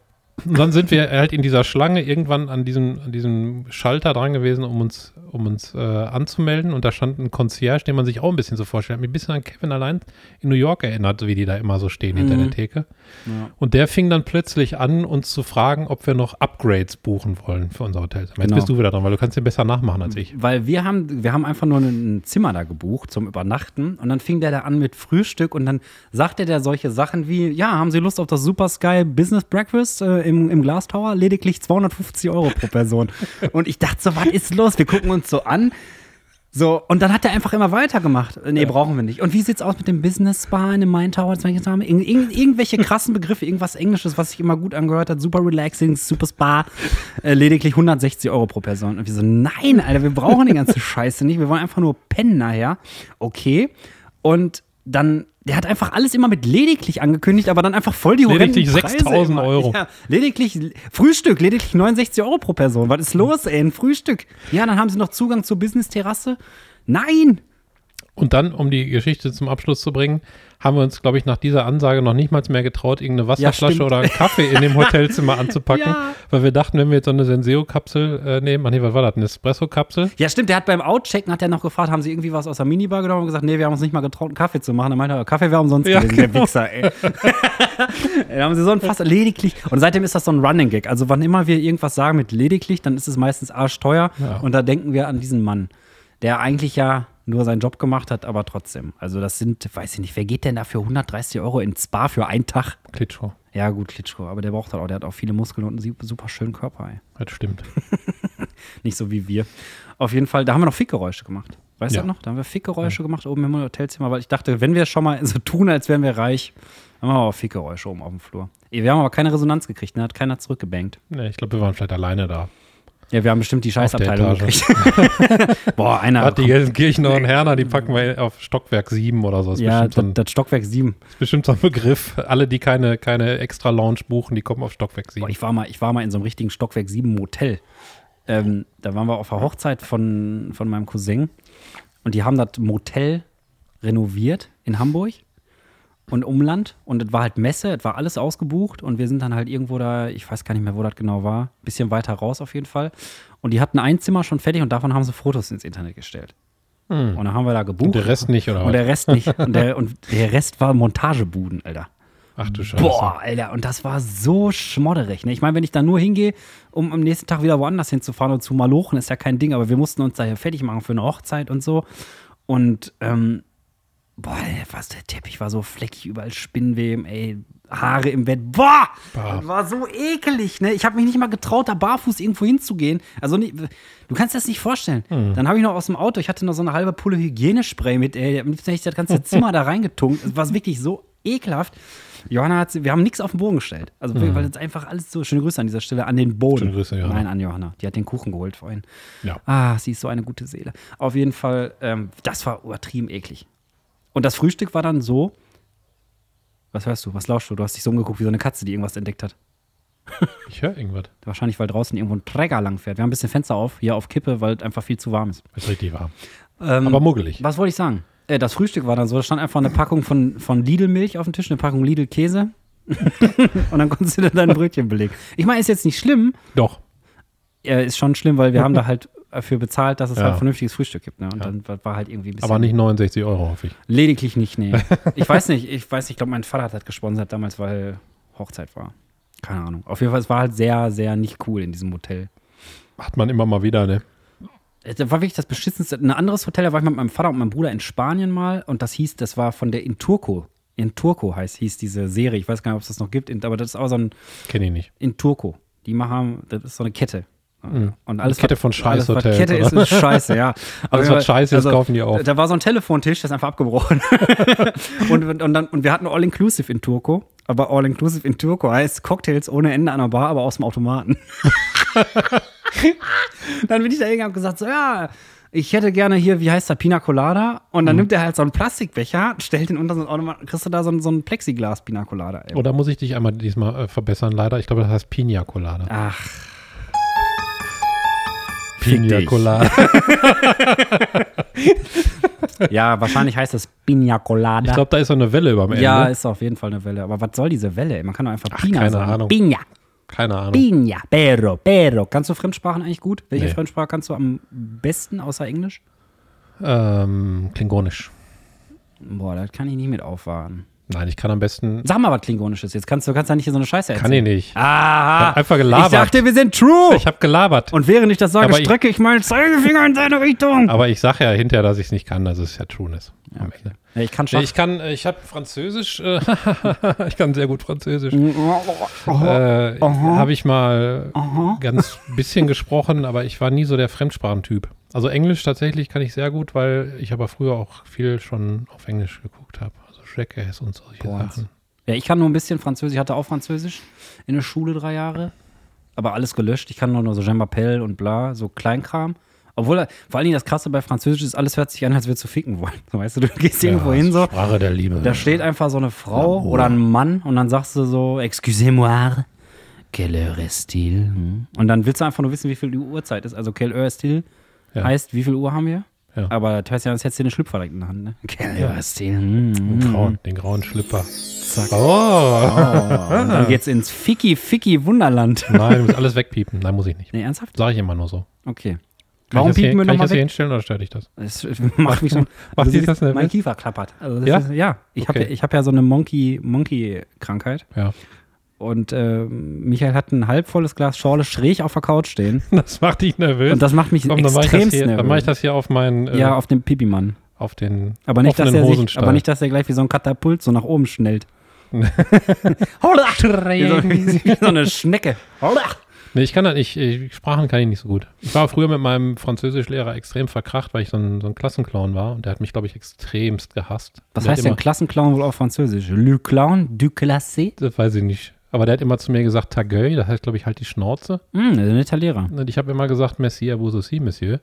B: Und dann sind wir halt in dieser Schlange irgendwann an diesem, an diesem Schalter dran gewesen, um uns, um uns äh, anzumelden. Und da stand ein Concierge, den man sich auch ein bisschen so vorstellt. Hat mich ein bisschen an Kevin allein in New York erinnert, wie die da immer so stehen hinter
A: Mhm.
B: der Theke. Und der fing dann plötzlich an, uns zu fragen, ob wir noch Upgrades buchen wollen für unser Hotel. Jetzt
A: Genau. Mhm.
B: bist du wieder dran, weil du kannst den besser nachmachen als ich.
A: Weil wir haben, wir haben einfach nur ein Zimmer da gebucht zum Übernachten und dann fing der da an mit Frühstück und dann sagte der solche Sachen wie, ja, haben Sie Lust auf das Super Sky Business Breakfast äh, im, im Glass Tower? Lediglich 250 Euro pro Person. und ich dachte so, was ist los? Wir gucken uns so an. So, und dann hat er einfach immer weitergemacht. Nee, brauchen wir nicht. Und wie sieht's aus mit dem Business Spa in dem Main Tower? Das war jetzt haben wir irg irg irgendwelche krassen Begriffe, irgendwas Englisches, was sich immer gut angehört hat. Super relaxing, super Spa. Äh, lediglich 160 Euro pro Person. Und wir so, nein, Alter, wir brauchen die ganze Scheiße nicht. Wir wollen einfach nur pennen nachher. Okay. Und dann, der hat einfach alles immer mit lediglich angekündigt, aber dann einfach voll die horrenden
B: Lediglich
A: Preise
B: 6.000
A: immer.
B: Euro.
A: Ja, lediglich Frühstück, lediglich 69 Euro pro Person. Was ist los, ey? Ein Frühstück. Ja, dann haben sie noch Zugang zur Business-Terrasse. Nein!
B: Und dann, um die Geschichte zum Abschluss zu bringen, haben wir uns, glaube ich, nach dieser Ansage noch nicht mal mehr getraut, irgendeine Wasserflasche
A: stimmt.
B: oder einen Kaffee in dem Hotelzimmer anzupacken,
A: Ja.
B: weil wir dachten, wenn wir jetzt so eine Senseo-Kapsel äh, nehmen, ach nee, was war das, eine Espresso-Kapsel?
A: Ja, stimmt, der hat beim Outchecken hat er noch gefragt, haben sie irgendwie was aus der Minibar genommen und gesagt, nee, wir haben uns nicht mal getraut, einen Kaffee zu machen. Er meinte, Kaffee wäre umsonst
B: Ja,
A: gewesen, der
B: genau.
A: Wichser, ey. dann haben sie so ein Fass lediglich. Und seitdem ist das so ein Running Gag. Also wann immer wir irgendwas sagen mit lediglich, dann ist es meistens arschteuer.
B: Ja.
A: Und da denken wir an diesen Mann, der eigentlich ja nur seinen Job gemacht hat, aber trotzdem. Also das sind, weiß ich nicht, wer geht denn da für 130 Euro ins Spa für einen Tag?
B: Klitschko,
A: Ja, gut, Klitschko, aber der braucht halt auch, der hat auch viele Muskeln und einen su- super schönen Körper, ey.
B: das stimmt.
A: Nicht so wie wir. Auf jeden Fall, da haben wir noch Fickgeräusche gemacht. Weißt
B: Ja.
A: du noch? Da haben wir Fickgeräusche gemacht oben im Hotelzimmer, weil ich dachte, wenn wir schon mal so tun, als wären wir reich, dann machen wir auch Fickgeräusche oben auf dem Flur. Ey, Wir haben aber keine Resonanz gekriegt, ne? Hat keiner zurückgebankt.
B: Nee, ich glaube, wir waren vielleicht alleine da.
A: Ja, wir haben bestimmt die
B: Auf der
A: Scheißabteilung
B: Etage.
A: gekriegt. Boah, einer.
B: Hat die Gelsenkirchner und Herner, die packen wir auf Stockwerk 7 oder so. Ist,
A: ja,
B: bestimmt, so
A: das,
B: ein,
A: das Stockwerk 7.
B: ist bestimmt so ein Begriff. Alle, die keine, keine extra Lounge buchen, die kommen auf Stockwerk 7.
A: Boah, ich war mal, ich war mal in so einem richtigen Stockwerk 7 Motel. Ähm, da waren wir auf der Hochzeit von, von meinem Cousin und die haben das Motel renoviert in Hamburg und Umland und es war halt Messe, es war alles ausgebucht und wir sind dann halt irgendwo da, ich weiß gar nicht mehr, wo das genau war, bisschen weiter raus auf jeden Fall. Und die hatten ein Zimmer schon fertig und davon haben sie Fotos ins Internet gestellt. Und dann haben wir da gebucht.
B: Hm. und der Rest nicht, oder
A: und
B: was?
A: der Rest nicht. Und der, und der Rest war Montagebuden, Alter.
B: Ach du Scheiße.
A: Boah, Alter, und das war so schmodderig. Ne? Ich meine, wenn ich da nur hingehe, um am nächsten Tag wieder woanders hinzufahren und zu malochen, ist ja kein Ding, aber wir mussten uns da ja fertig machen für eine Hochzeit und so. Und, ähm, boah, ey, was, der Teppich war so fleckig, überall Spinnweben, ey, Haare im Bett. Boah,
B: Bah.
A: das war so ekelig, ne? Ich habe mich nicht mal getraut, da barfuß irgendwo hinzugehen. Also, nee, du kannst dir das nicht vorstellen.
B: Hm.
A: Dann habe ich noch aus dem Auto, ich hatte noch so eine halbe Pulle Hygienespray mit, ey, damit hätte ich das ganze Zimmer da reingetunkt. Es war wirklich so ekelhaft. Johanna hat, sie- wir haben nichts auf den Boden gestellt. Also, weil jetzt einfach alles so, schöne Grüße an dieser Stelle, an den Boden.
B: Hm. Schöne Grüße, Johanna.
A: Nein, an Johanna. Die hat den Kuchen geholt vorhin.
B: Ja.
A: Ah, sie ist so eine gute Seele. Auf jeden Fall, ähm, das war übertrieben eklig. Und das Frühstück war dann so, Was hörst du? Was lauschst du? Du hast dich so umgeguckt wie so eine Katze, die irgendwas entdeckt hat.
B: Ich höre irgendwas.
A: Wahrscheinlich, weil draußen irgendwo ein Träger langfährt. Wir haben ein bisschen Fenster auf, hier auf Kippe, weil es einfach viel zu warm ist.
B: Ist richtig warm.
A: Ähm,
B: Aber muggelig.
A: Was wollte ich sagen? Äh, das Frühstück war dann so, da stand einfach eine Packung von, von Lidl-Milch auf dem Tisch, eine Packung Lidl-Käse. und dann konntest du dir dein Brötchen belegen. Ich meine, ist jetzt nicht schlimm.
B: Doch.
A: Äh, ist schon schlimm, weil wir haben da halt dafür bezahlt, dass es
B: Ja.
A: halt vernünftiges Frühstück gibt. Ne? Und dann war- war halt irgendwie ein bisschen.
B: Aber nicht 69 Euro, hoffe ich.
A: Lediglich nicht, nee. Ich weiß nicht, ich weiß, nicht, ich glaube, mein Vater hat das gesponsert damals, weil Hochzeit war. Keine Ahnung. Auf jeden Fall, es war halt sehr, sehr nicht cool in diesem Hotel.
B: Hat man immer mal wieder, ne?
A: Es war wirklich das beschissenste. Ein anderes Hotel, da war ich mit meinem Vater und meinem Bruder in Spanien mal und das hieß, das war von der Inturco. Inturco heißt, hieß diese Serie. Ich weiß gar nicht, ob es das noch gibt, in- aber das ist auch so ein
B: Kenne ich nicht.
A: Inturco. Die machen, das ist so eine Kette. Und alles,
B: Eine Kette von
A: alles, was
B: Scheißhotels,
A: Kette ist,
B: oder?
A: ist scheiße, ja. Aber
B: was scheiße ist, kaufen die auch.
A: also, Da war so ein Telefontisch, das ist einfach abgebrochen. und, und, und, dann, und wir hatten All-Inclusive in Turco. Aber All-Inclusive in Turco heißt Cocktails ohne Ende an der Bar, aber aus dem Automaten. dann bin ich da hingegangen und hab gesagt, so, ja, ich hätte gerne hier, wie heißt der, Pina Colada. Und
B: Mhm.
A: dann nimmt er halt so einen Plastikbecher, stellt ihn unter so einen Automaten, kriegst du da so ein, so ein Plexiglas Pina Colada. Ey.
B: Oder muss ich dich einmal diesmal äh, verbessern, leider? Ich glaube, das heißt Pina Colada.
A: Ach,
B: Pina
A: dich.
B: Colada.
A: ja, wahrscheinlich heißt das Pina Colada.
B: Ich glaube, da ist so eine Welle über Ende.
A: Ja, ist auf jeden Fall eine Welle. Aber was soll diese Welle? ey? Man kann doch einfach Pina
B: keine
A: sagen.
B: Ahnung.
A: Pina,
B: Keine Ahnung.
A: Pina, Pero, Pero. Kannst du Fremdsprachen eigentlich gut? Welche
B: Nee.
A: Fremdsprache kannst du am besten außer Englisch?
B: Ähm, Klingonisch.
A: Boah, das kann ich nicht mit auffahren.
B: Nein, ich kann am besten.
A: Sag mal was Klingonisches. Jetzt kannst du kannst ja nicht hier so eine Scheiße erzählen.
B: Kann ich nicht.
A: Aha.
B: hab einfach gelabert.
A: Ich dachte, wir sind true.
B: Ich habe gelabert.
A: Oh. Und während ich das sage,
B: Aber ich-
A: strecke ich meinen Zeigefinger in seine Richtung.
B: Aber ich sage ja hinterher, dass ich es nicht kann, dass es ja Trueness. am Ende.
A: Ja, ich kann
B: Nee,
A: schon.
B: ich kann, äh, ich habe Französisch, äh, ich kann sehr gut Französisch. Äh, habe ich mal ganz bisschen gesprochen, aber ich war nie so der Fremdsprachentyp. Also Englisch tatsächlich kann ich sehr gut, weil ich aber früher auch viel schon auf Englisch geguckt habe. Also Jackass und solche
A: Porns.
B: Sachen.
A: Ja, ich kann nur ein bisschen Französisch. Ich hatte auch Französisch in der Schule drei Jahre. Aber alles gelöscht. Ich kann nur, nur so Jean Bapel und bla, so Kleinkram. Obwohl, vor allen Dingen das Krasse bei Französisch ist, alles hört sich an, als würdest du ficken wollen. So, weißt du, du gehst irgendwo hin so,
B: Sprache der Liebe.
A: da steht einfach so eine Frau oder ein Mann und dann sagst du so, excusez-moi, quelle heure est-il? Hm? Und dann willst du einfach nur wissen, wie viel die Uhrzeit ist. Also quelle heure est-il
B: Ja.
A: heißt, wie viel Uhr haben wir?
B: Ja.
A: Aber das heißt ja, als hättest du den Schlüpfer direkt in der Hand, ne? Quelle heure est-il? Hm, hm.
B: den, grauen, den grauen Schlüpper. Oh,
A: Und dann geht's ins Ficky Ficky Wunderland.
B: nein, ich muss alles wegpiepen. Nein, muss ich nicht.
A: Nee, ernsthaft?
B: Sage ich immer nur so.
A: Okay.
B: Kann
A: Warum
B: ich das
A: piepen
B: hier,
A: wir
B: Kann ich das
A: nochmal
B: hier
A: weg?
B: hinstellen oder stört dich das?
A: Das macht mich schon.
B: macht dich
A: du
B: das
A: siehst, mein
B: nervös?
A: Kiefer klappert. Also das
B: Ja?
A: Ist, ja. Ich habe
B: Okay.
A: ja, ich hab ja so eine Monkey Monkey Krankheit
B: Ja.
A: und äh, Michael hat ein halbvolles Glas Schorle schräg auf der Couch stehen
B: Das macht dich nervös.
A: und das macht mich
B: Komm, dann mache ich, das
A: extremst
B: hier- dann mach ich
A: nervös.
B: das hier auf meinen, äh,
A: Ja, auf dem Pipi Mann.
B: auf den
A: Aber nicht, dass
B: offenen
A: er sich,
B: Hosenstall.
A: aber nicht, dass er gleich wie so ein Katapult so nach oben schnellt. Hola! Wie so, wie so eine Schnecke. Hola!
B: Nee, ich kann das nicht. Ich, Sprachen kann ich nicht so gut. Ich war früher mit meinem Französischlehrer extrem verkracht, weil ich so ein, so ein Klassenclown war. Und der hat mich, glaube ich, extremst gehasst.
A: Was
B: der hat
A: heißt denn
B: immer,
A: Klassenclown wohl auf Französisch? Le Clown du classé?
B: Das weiß ich nicht. Aber der hat immer zu mir gesagt, ta gueule, das heißt, glaube ich, halt die Schnauze.
A: Hm, das ist ein Italiener.
B: Und ich habe immer gesagt, merci à vous aussi, monsieur.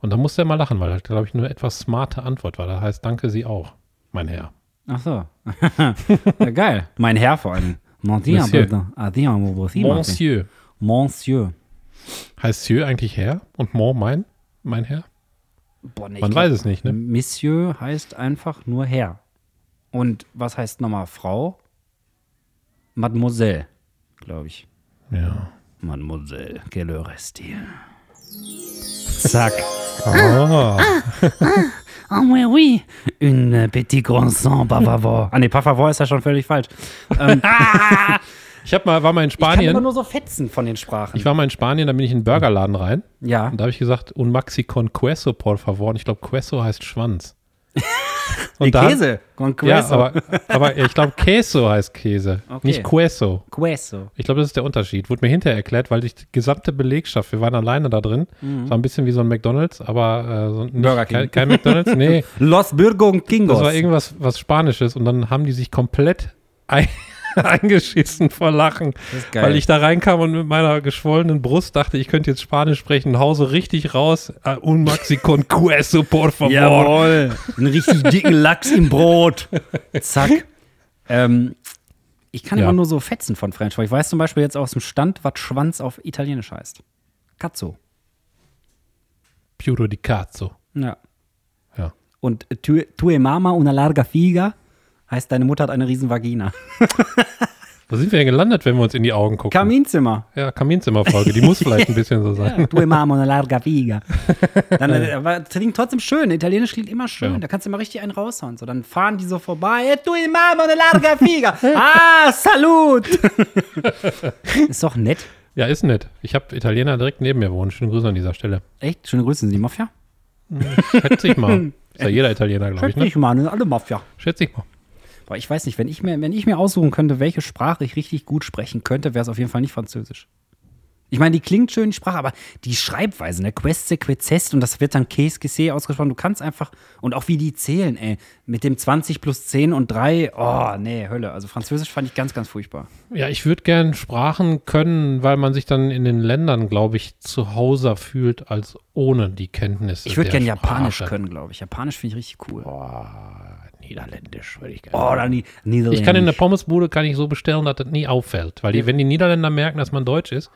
B: Und da musste er mal lachen, weil das, glaube ich, eine etwas smarte Antwort war. Da heißt, danke Sie auch, mein Herr.
A: Ach so. ja, geil. Mein Herr vor allem. Mon Dieu,
B: Monsieur.
A: bitte. Ah, Dieu, mon Dieu, Martin.
B: Monsieur.
A: Monsieur.
B: Heißt Monsieur eigentlich Herr? Und Mon mein? Mein Herr?
A: Boah, nee, ich
B: Man
A: glaub, Hm.
B: weiß es nicht, ne?
A: Monsieur heißt einfach nur Herr. Und was heißt nochmal Frau? Mademoiselle, glaube ich.
B: Ja.
A: Mademoiselle, quelle heure est-il? Zack.
B: Ah,
A: Ah oui, oui. Une petite croissant, par favor. Ah nee, par favor ist ja schon völlig falsch. Ähm,
B: ich hab mal, war mal in
A: ich kann immer
B: Spanien.
A: nur so fetzen von den Sprachen.
B: Ich war mal in Spanien, da bin ich in einen Burgerladen rein.
A: ja.
B: Und da habe ich gesagt, un maxi con queso, por favor. Und ich glaube, queso heißt Schwanz. Und
A: Die
B: da-
A: Käse. Con
B: Ja,
A: queso.
B: aber, aber ich glaube, queso heißt Käse,
A: Okay.
B: nicht queso.
A: Queso.
B: Ich glaube, das ist der Unterschied. Wurde mir hinterher erklärt, weil die gesamte Belegschaft, wir waren alleine da drin. Es war ein bisschen wie so ein McDonalds, aber äh, so ein-
A: Mhm. Burger King.
B: kein, kein McDonalds. Nee,
A: Los Burgos Kingos.
B: das war irgendwas was Spanisches. Und dann haben die sich komplett ein, eingeschissen vor Lachen.
A: Das ist geil.
B: Weil ich da reinkam und mit meiner geschwollenen Brust dachte, ich könnte jetzt Spanisch sprechen, hause richtig raus. Ah, Un maxi con queso, por favor.
A: Jawohl. Einen richtig dicken Lachs im Brot. Zack. Ähm, ich kann
B: Ja.
A: immer nur so Fetzen von French, weil ich weiß zum Beispiel jetzt aus dem Stand, was Schwanz auf Italienisch heißt. Cazzo.
B: Piuro di cazzo.
A: Ja.
B: Ja.
A: Und äh, tu, tue mama una larga figa heißt, deine Mutter hat eine riesen Vagina.
B: Wo sind wir denn gelandet, wenn wir uns in die Augen gucken?
A: Kaminzimmer.
B: ja, Kaminzimmerfolge. Die muss vielleicht ein bisschen so sein.
A: Tue mama una larga figa. Dann, äh, aber klingt trotzdem schön. Italienisch klingt immer schön.
B: Ja.
A: Da kannst du immer richtig einen raushauen. So, dann fahren die so vorbei. "Eh, Tue mama una larga figa. ah, salut. Ist doch nett.
B: Ja, ist nett. Ich habe Italiener direkt neben mir wohnen. Schönen Grüße an dieser Stelle.
A: Echt? Schöne Grüße, sind die Mafia?
B: Schätze ich mal. Ist ja jeder Italiener, glaube ich,
A: Schätze
B: ne?
A: ich mal, sind alle Mafia.
B: Schätze ich mal.
A: Boah, ich weiß nicht, wenn ich, mir, wenn ich mir aussuchen könnte, welche Sprache ich richtig gut sprechen könnte, wäre es auf jeden Fall nicht Französisch. Ich meine, die klingt schön, die Sprache, aber die Schreibweise, ne? Queste, Quezest und das wird dann Käse, Gese ausgesprochen. Du kannst einfach, und auch wie die zählen, ey, mit dem 20 plus 10 und 3, oh, nee, Hölle. Also Französisch fand ich ganz, ganz furchtbar.
B: Ja, ich würde gern Sprachen können, weil man sich dann in den Ländern, glaube ich, zu Hause fühlt, als ohne die Kenntnisse.
A: Ich würde
B: der
A: gerne Japanisch
B: Sprache.
A: können, glaube ich. Japanisch finde ich richtig cool. Oh,
B: Niederländisch würde ich gerne.
A: oder nie, Niederländisch.
B: Ich kann in der Pommesbude kann ich so bestellen, dass das nie auffällt. Weil die, wenn die Niederländer merken, dass man Deutsch ist,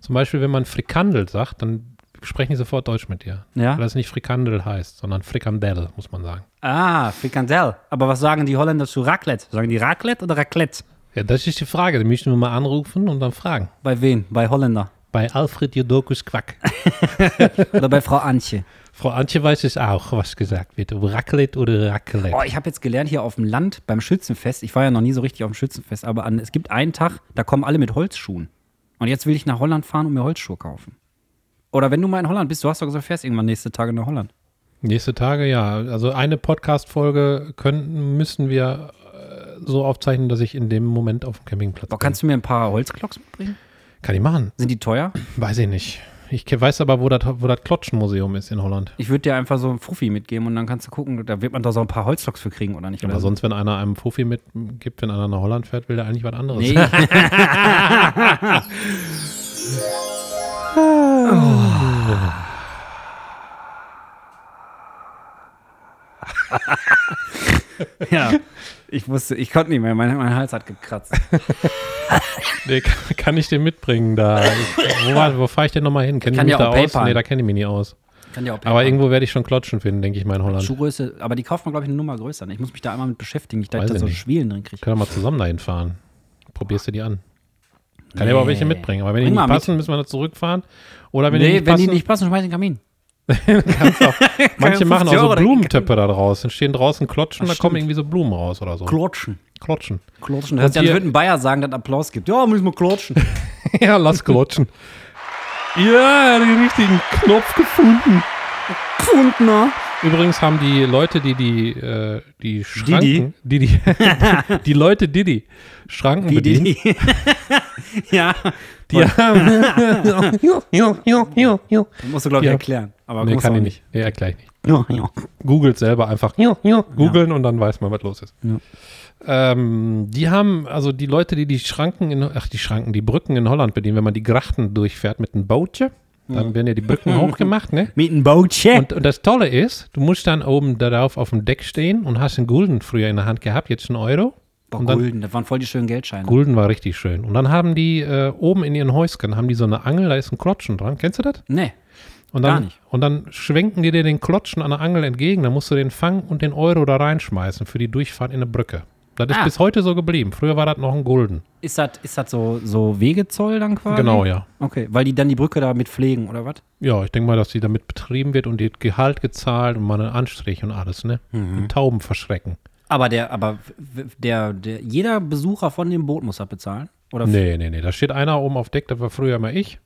B: zum Beispiel, wenn man Frikandel sagt, dann sprechen die sofort Deutsch mit dir.
A: Ja.
B: Weil das nicht Frikandel heißt, sondern Frikandel, muss man sagen.
A: Ah, Frikandel. Aber was sagen die Holländer zu Raclette? Sagen die Raclette oder Raclette?
B: Ja, das ist die Frage. Da müssen wir mal anrufen und dann fragen.
A: Bei wen? Bei Holländer.
B: Bei Alfred Jodokus Quack.
A: Oder bei Frau Antje?
B: Frau Antje weiß es auch, was gesagt wird. Ob Raclette oder Raclette.
A: Oh, ich habe jetzt gelernt, hier auf dem Land beim Schützenfest, ich war ja noch nie so richtig auf dem Schützenfest, aber an, es gibt einen Tag, da kommen alle mit Holzschuhen. Und jetzt will ich nach Holland fahren und mir Holzschuhe kaufen. Oder wenn du mal in Holland bist, du hast doch gesagt, du fährst irgendwann nächste Tage nach Holland.
B: Nächste Tage, ja. Also eine Podcast-Folge könnten, müssen wir äh, so aufzeichnen, dass ich in dem Moment auf dem Campingplatz
A: Boah, kannst du mir ein paar Holzklocks mitbringen?
B: bin. Kann ich machen.
A: Sind die teuer?
B: Weiß ich nicht. Ich ke- weiß aber, wo das wo das Klotschenmuseum ist in Holland.
A: Ich würde dir einfach so einen Fuffi mitgeben und dann kannst du gucken, da wird man doch so ein paar Holzklocks für kriegen, oder nicht? Also
B: Aber
A: Oder so.
B: sonst, wenn einer einem Fuffi mitgibt, wenn einer nach Holland fährt, will der eigentlich was anderes.
A: Nee. ja, ich wusste, ich konnte nicht mehr, mein, mein Hals hat gekratzt.
B: Nee, kann, kann ich den mitbringen da? Ich, wo war- wo fahre ich denn nochmal hin? Kenne ich
A: Kann
B: mich
A: ja
B: da
A: auch
B: aus?
A: PayPal.
B: Nee, da kenne ich mich nicht aus.
A: Kann ja auch
B: Aber irgendwo werde ich schon Klotschen finden, denke ich mal in Holland.
A: Schuhgröße, aber die kauft man, glaube ich, eine Nummer größer. ne? Ich muss mich da einmal mit beschäftigen, ich da
B: Weiß
A: da
B: ich
A: so
B: nicht.
A: Schwielen drin kriege.
B: Können wir mal zusammen dahin fahren. Probierst du die an. Kann ich aber auch welche mitbringen. Aber wenn die
A: Bring mal
B: nicht
A: mit.
B: passen, müssen wir da zurückfahren. Oder wenn die
A: nee,
B: nicht
A: wenn
B: passen,
A: die nicht passen, schmeiß ich in den Kamin.
B: manche machen auch
A: 50
B: so
A: Euro, dann-
B: Blumentöpfe da draus. Dann stehen draußen Klotschen,
A: Ach,
B: da kommen
A: stimmt.
B: irgendwie so Blumen raus oder so.
A: Klotschen.
B: Klotschen.
A: Klotschen. Hört sich an,
B: hier-
A: als würde ein Bayer sagen, dass Applaus gibt. Ja, müssen wir klotschen.
B: Ja, lass klotschen. Ja, den richtigen Knopf gefunden.
A: Pfundner.
B: Übrigens haben die Leute, die die, äh, die
A: Didi.
B: Schranken, die, die, die Leute Didi Schranken
A: Die,
B: bedienen,
A: die, die. ja,
B: die haben,
A: musst du, glaube ich,
B: Ja.
A: erklären. Aber
B: nee,
A: muss
B: kann
A: auch
B: ich nicht, nee, erkläre ich nicht.
A: Ja, ja.
B: Googelt selber einfach, googeln und dann weiß man, was los ist.
A: Ja.
B: Ähm, die haben, also die Leute, die die Schranken, in, ach die Schranken, die Brücken in Holland bedienen, wenn man die Grachten durchfährt mit einem Bootje, dann werden ja die Brücken hochgemacht, ne?
A: Mit einem Bootchen.
B: Und, und das Tolle ist, du musst dann oben darauf auf dem Deck stehen und hast einen Gulden früher in der Hand gehabt, jetzt einen Euro.
A: Boah,
B: und dann,
A: Oh, Gulden, das waren voll die schönen Geldscheine.
B: Gulden war richtig schön. Und dann haben die äh, oben in ihren Häuschen haben die so eine Angel, da ist ein Klotschen dran. Kennst du das?
A: Nee.
B: Und
A: Gar
B: dann,
A: nicht.
B: Und dann schwenken die dir den Klotschen an der Angel entgegen. Dann musst du den fangen und den Euro da reinschmeißen für die Durchfahrt in eine Brücke. Das ist
A: Ah.
B: bis heute so geblieben. Früher war das noch ein Gulden.
A: Ist das ist das so, so Wegezoll dann quasi?
B: Genau, ja.
A: Okay, weil die dann die Brücke damit pflegen, oder was?
B: Ja, ich denke mal, dass die damit betrieben wird und die Gehalt gezahlt und mal einen Anstrich und alles, ne?
A: Mhm.
B: Und Tauben verschrecken.
A: Aber der, aber w- w- der, der, jeder Besucher von dem Boot muss das bezahlen? Oder hm.
B: Nee, nee, nee. Da steht einer oben auf Deck, das war früher immer ich.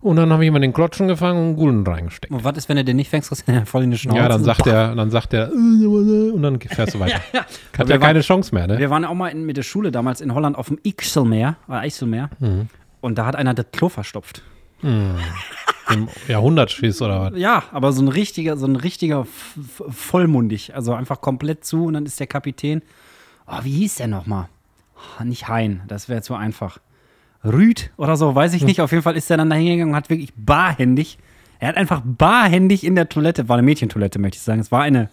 B: Und dann habe ich immer den Klotschen gefangen und einen Gulden reingesteckt.
A: Und was ist, wenn er den nicht fängst, kriegst du den voll in die Schnauze?
B: ja, dann sagt er, dann sagt er, äh, und dann fährst du weiter. Hat ja
A: Wir waren-
B: keine Chance mehr, ne?
A: Wir waren auch mal in, mit der Schule damals in Holland auf dem Ixelmeer, oder Eiselmeer.
B: Mhm.
A: Und da hat einer das Klo verstopft.
B: Im Jahrhundertschiss oder was?
A: Ja, aber so ein richtiger, so ein richtiger F- F- vollmundig, also einfach komplett zu und dann ist der Kapitän. Oh, wie hieß der nochmal? Oh, nicht Hein, das wäre zu einfach. Rüd oder so, weiß ich nicht. Auf jeden Fall ist er dann da hingegangen und hat wirklich barhändig, er hat einfach barhändig in der Toilette, war eine Mädchentoilette, möchte ich sagen. Es war eine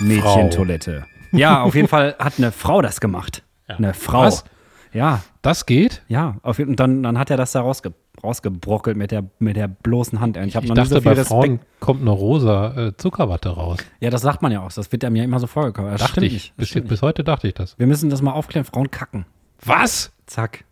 A: Mädchentoilette. Ja, auf jeden Fall hat eine Frau das gemacht. Eine Frau.
B: Was?
A: Ja,
B: Das geht?
A: ja. Auf, jeden- und dann, dann hat er das da rausge, rausgebrockelt mit der, mit der bloßen Hand. Ich, hab
B: Ich
A: noch nie
B: dachte,
A: so viel
B: bei
A: Respekt.
B: Frauen kommt eine rosa äh, Zuckerwatte raus.
A: Ja, das sagt man ja auch. Das wird einem ja immer so vorgekommen. Das
B: Dachte
A: stimmt
B: ich.
A: nicht. Das
B: Bis,
A: stimmt nicht.
B: bis heute dachte ich das.
A: Wir müssen das mal aufklären. Frauen kacken.
B: Was?
A: Zack.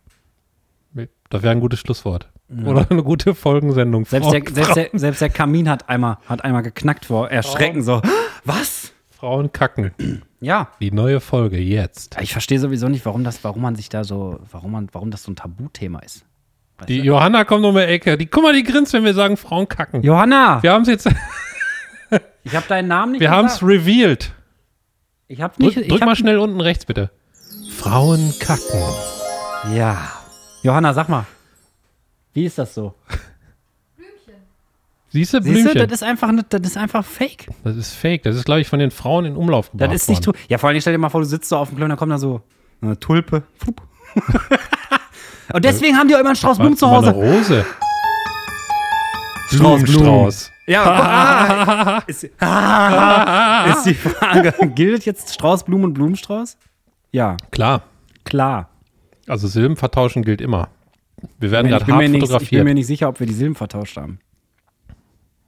B: Das wäre ein gutes Schlusswort. Oder eine gute Folgensendung.
A: Selbst
B: Frauen,
A: der, selbst, der, selbst der Kamin hat einmal, hat einmal geknackt vor Erschrecken.
B: Oh.
A: So, was?
B: Frauen kacken.
A: Ja.
B: Die neue Folge jetzt.
A: Ich verstehe sowieso nicht, warum das, warum man sich da so, warum man, warum das so ein Tabuthema ist.
B: Die Johanna kommt um die Ecke. Die, guck mal, die grinst, wenn wir sagen, Frauen kacken.
A: Johanna,
B: Wir haben es jetzt,
A: ich habe deinen Namen nicht.
B: wir haben es revealed.
A: Ich habe
B: Drück,
A: nicht. ich
B: drück mal schnell unten rechts, bitte. Frauen kacken.
A: hab, ja. Johanna, sag mal. Wie ist das so?
B: Siehst du, Blümchen?
A: Siehst du, das ist einfach, ne- das ist einfach Fake.
B: das ist fake. Das ist, glaube ich, von den Frauen in Umlauf gebracht
A: Das ist nicht.
B: worden.
A: tu- Ja, vor allem stell dir mal vor, du sitzt so auf dem Klo und dann kommt da so eine Tulpe. Fup. und deswegen haben die auch immer einen Strauß Blumen zu
B: Mal-
A: Hause.
B: mal Eine Rose.
A: Strauß, Blumen.
B: Blumenstrauß.
A: Ja, ah, ist, ah, ist die Frage, gilt jetzt Straußblumen und Blumenstrauß? Ja,
B: Klar.
A: klar.
B: Also Silben vertauschen gilt immer. Wir werden
A: Ich
B: gerade
A: bin, mir
B: hart
A: nicht, ich bin
B: fotografiert.
A: mir nicht sicher, ob wir die Silben vertauscht haben.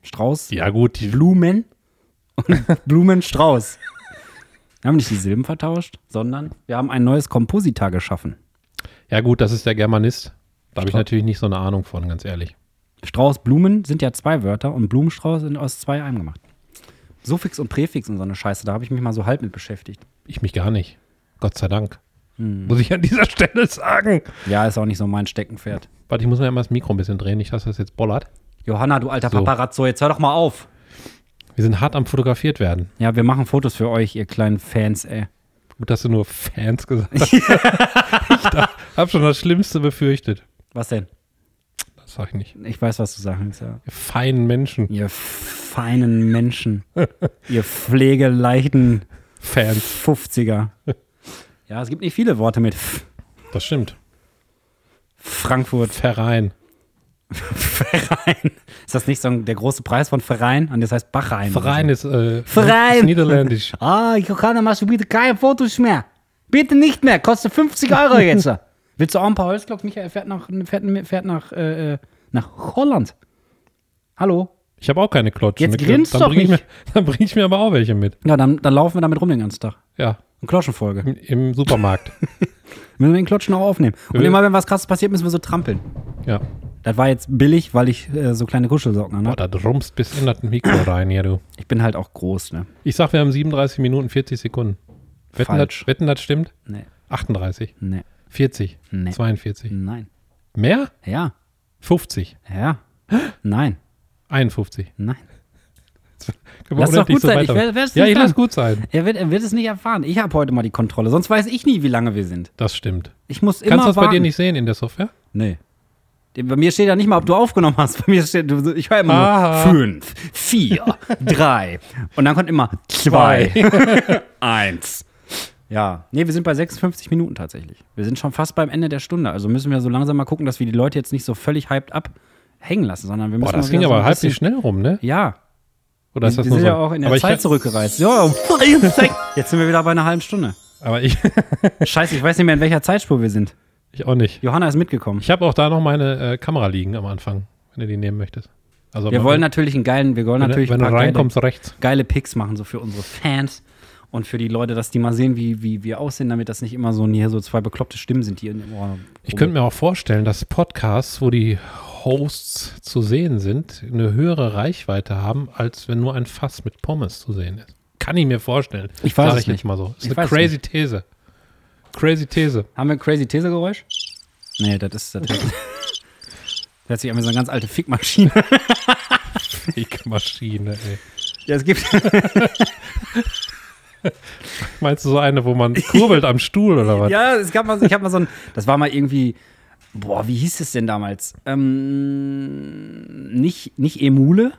A: Strauß,
B: ja gut, die
A: Blumen und Blumenstrauß. Wir haben nicht die Silben vertauscht, sondern wir haben ein neues Komposita geschaffen.
B: Ja, gut, das ist der Germanist. Da habe ich
A: Strauß.
B: natürlich nicht so eine Ahnung von, ganz ehrlich.
A: Strauß, Blumen sind ja zwei Wörter und Blumenstrauß sind aus zwei einem gemacht. Suffix und Präfix und so eine Scheiße, da habe ich mich mal so halb mit beschäftigt.
B: Ich mich gar nicht. Gott sei Dank.
A: Hm.
B: Muss ich an dieser Stelle sagen.
A: Ja, ist auch nicht so mein Steckenpferd.
B: Warte, ich muss mir einmal das Mikro ein bisschen drehen, nicht, dass das jetzt bollert.
A: Johanna, du alter
B: So.
A: Paparazzo, jetzt hör doch mal auf.
B: Wir sind hart am fotografiert werden.
A: Ja, wir machen Fotos für euch, ihr kleinen Fans, ey.
B: Gut, dass du nur Fans gesagt hast. ich habe schon das Schlimmste befürchtet.
A: Was denn?
B: Das sag ich nicht.
A: Ich weiß, was du sagen willst, ja.
B: Ihr feinen Menschen.
A: Ihr feinen Menschen. ihr pflegeleichten
B: Fans.
A: 50er. Ja, es gibt nicht viele Worte mit F.
B: Das stimmt.
A: Frankfurt
B: Verein.
A: Verein. Ist das nicht so ein, der große Preis von Verein? Und das heißt Bachrhein. oder so.
B: Verein ist, äh,
A: Verein.
B: ist niederländisch.
A: Ah, Johanna, machst du bitte keine Fotos mehr. Bitte nicht mehr. Kostet 50 Euro jetzt. Willst du auch ein paar Holzglocken? Michael fährt nach, fährt, fährt nach, äh, äh, nach Holland. Hallo?
B: Ich habe auch keine Klotschen.
A: Jetzt grinst
B: dann
A: doch
B: bring ich
A: nicht.
B: Mir, dann bringe ich mir aber auch welche mit.
A: Ja, dann, dann laufen wir damit rum den ganzen Tag.
B: Ja,
A: Eine Kloschenfolge.
B: im, im Supermarkt.
A: Müssen wir den Klotschen auch aufnehmen. Und
B: Äh.
A: immer wenn was krasses passiert, müssen wir so trampeln.
B: ja.
A: Das war jetzt billig, weil ich äh, so kleine Kuschelsocken
B: Boah,
A: anhatte.
B: da drummst bis in das Mikro rein, ja du.
A: Ich bin halt auch groß, ne?
B: Ich sag, wir haben 37 Minuten 40 Sekunden. Wetten,
A: Falsch.
B: das, wetten das stimmt?
A: Nee,
B: 38,
A: nee,
B: 40,
A: Nee.
B: 42.
A: nein.
B: Mehr?
A: Ja,
B: 50,
A: ja. Nein,
B: 51.
A: nein.
B: Können wir
A: Lass doch
B: unendlich
A: gut sein, ich
B: weiter-
A: wer- wer's
B: ja,
A: nicht
B: ich lass
A: an.
B: gut sein.
A: Er wird, er wird es nicht erfahren. Ich habe heute mal die Kontrolle, sonst weiß ich nie, wie lange wir sind.
B: Das stimmt.
A: Ich muss immer
B: Kannst du das
A: warten.
B: bei dir nicht sehen in der Software?
A: Nee. Bei mir steht ja nicht mal, ob du aufgenommen hast. Bei mir steht, du- ich höre immer
B: Aha.
A: nur fünf, vier, drei. Und dann kommt immer zwei, eins. Ja, nee, wir sind bei 56 Minuten tatsächlich. Wir sind schon fast beim Ende der Stunde. Also müssen wir so langsam mal gucken, dass wir die Leute jetzt nicht so völlig hyped ab hängen lassen, sondern wir müssen
B: Boah, das
A: mal
B: ging
A: wieder so
B: aber
A: ein
B: halbwegs
A: bisschen-
B: schnell rum, ne?
A: Ja,
B: Oder ist das
A: wir
B: nur
A: sind
B: so?
A: ja auch in der
B: aber
A: Zeit
B: ich,
A: zurückgereist. Ja, jetzt sind wir wieder bei einer halben Stunde.
B: Aber ich,
A: Scheiße, ich weiß nicht mehr, in welcher Zeitspur wir sind.
B: ich auch nicht.
A: Johanna ist mitgekommen.
B: Ich habe auch da noch meine äh, Kamera liegen am Anfang, wenn du die nehmen möchtest. Also
A: Wir
B: aber
A: wollen
B: wenn,
A: natürlich einen geilen, wir wollen
B: wenn,
A: natürlich
B: wenn
A: ein
B: du
A: paar geile-
B: reinkommst rechts.
A: geile Picks machen, so für unsere Fans und für die Leute, dass die mal sehen, wie, wie wir aussehen, damit das nicht immer so hier so zwei bekloppte Stimmen sind, die in dem Ohr.
B: Ich könnte mir auch vorstellen, dass Podcasts, wo die Hosts zu sehen sind, eine höhere Reichweite haben, als wenn nur ein Fass mit Pommes zu sehen ist. Kann ich mir vorstellen.
A: Ich weiß
B: Sag
A: es
B: ich jetzt
A: nicht.
B: mal so. Ist
A: Ich
B: eine
A: weiß es
B: crazy These. Crazy These.
A: Haben wir ein crazy These-Geräusch? Nee, das ist. Das hört, das hört sich an wie so eine ganz alte Fickmaschine.
B: Fake-Maschine, ey.
A: Ja, es gibt.
B: Meinst du so eine, wo man kurbelt am Stuhl oder was?
A: ja, es gab mal, so- ich habe mal so ein. Das war mal irgendwie. Boah, wie hieß es denn damals? Ähm, nicht, nicht Emule,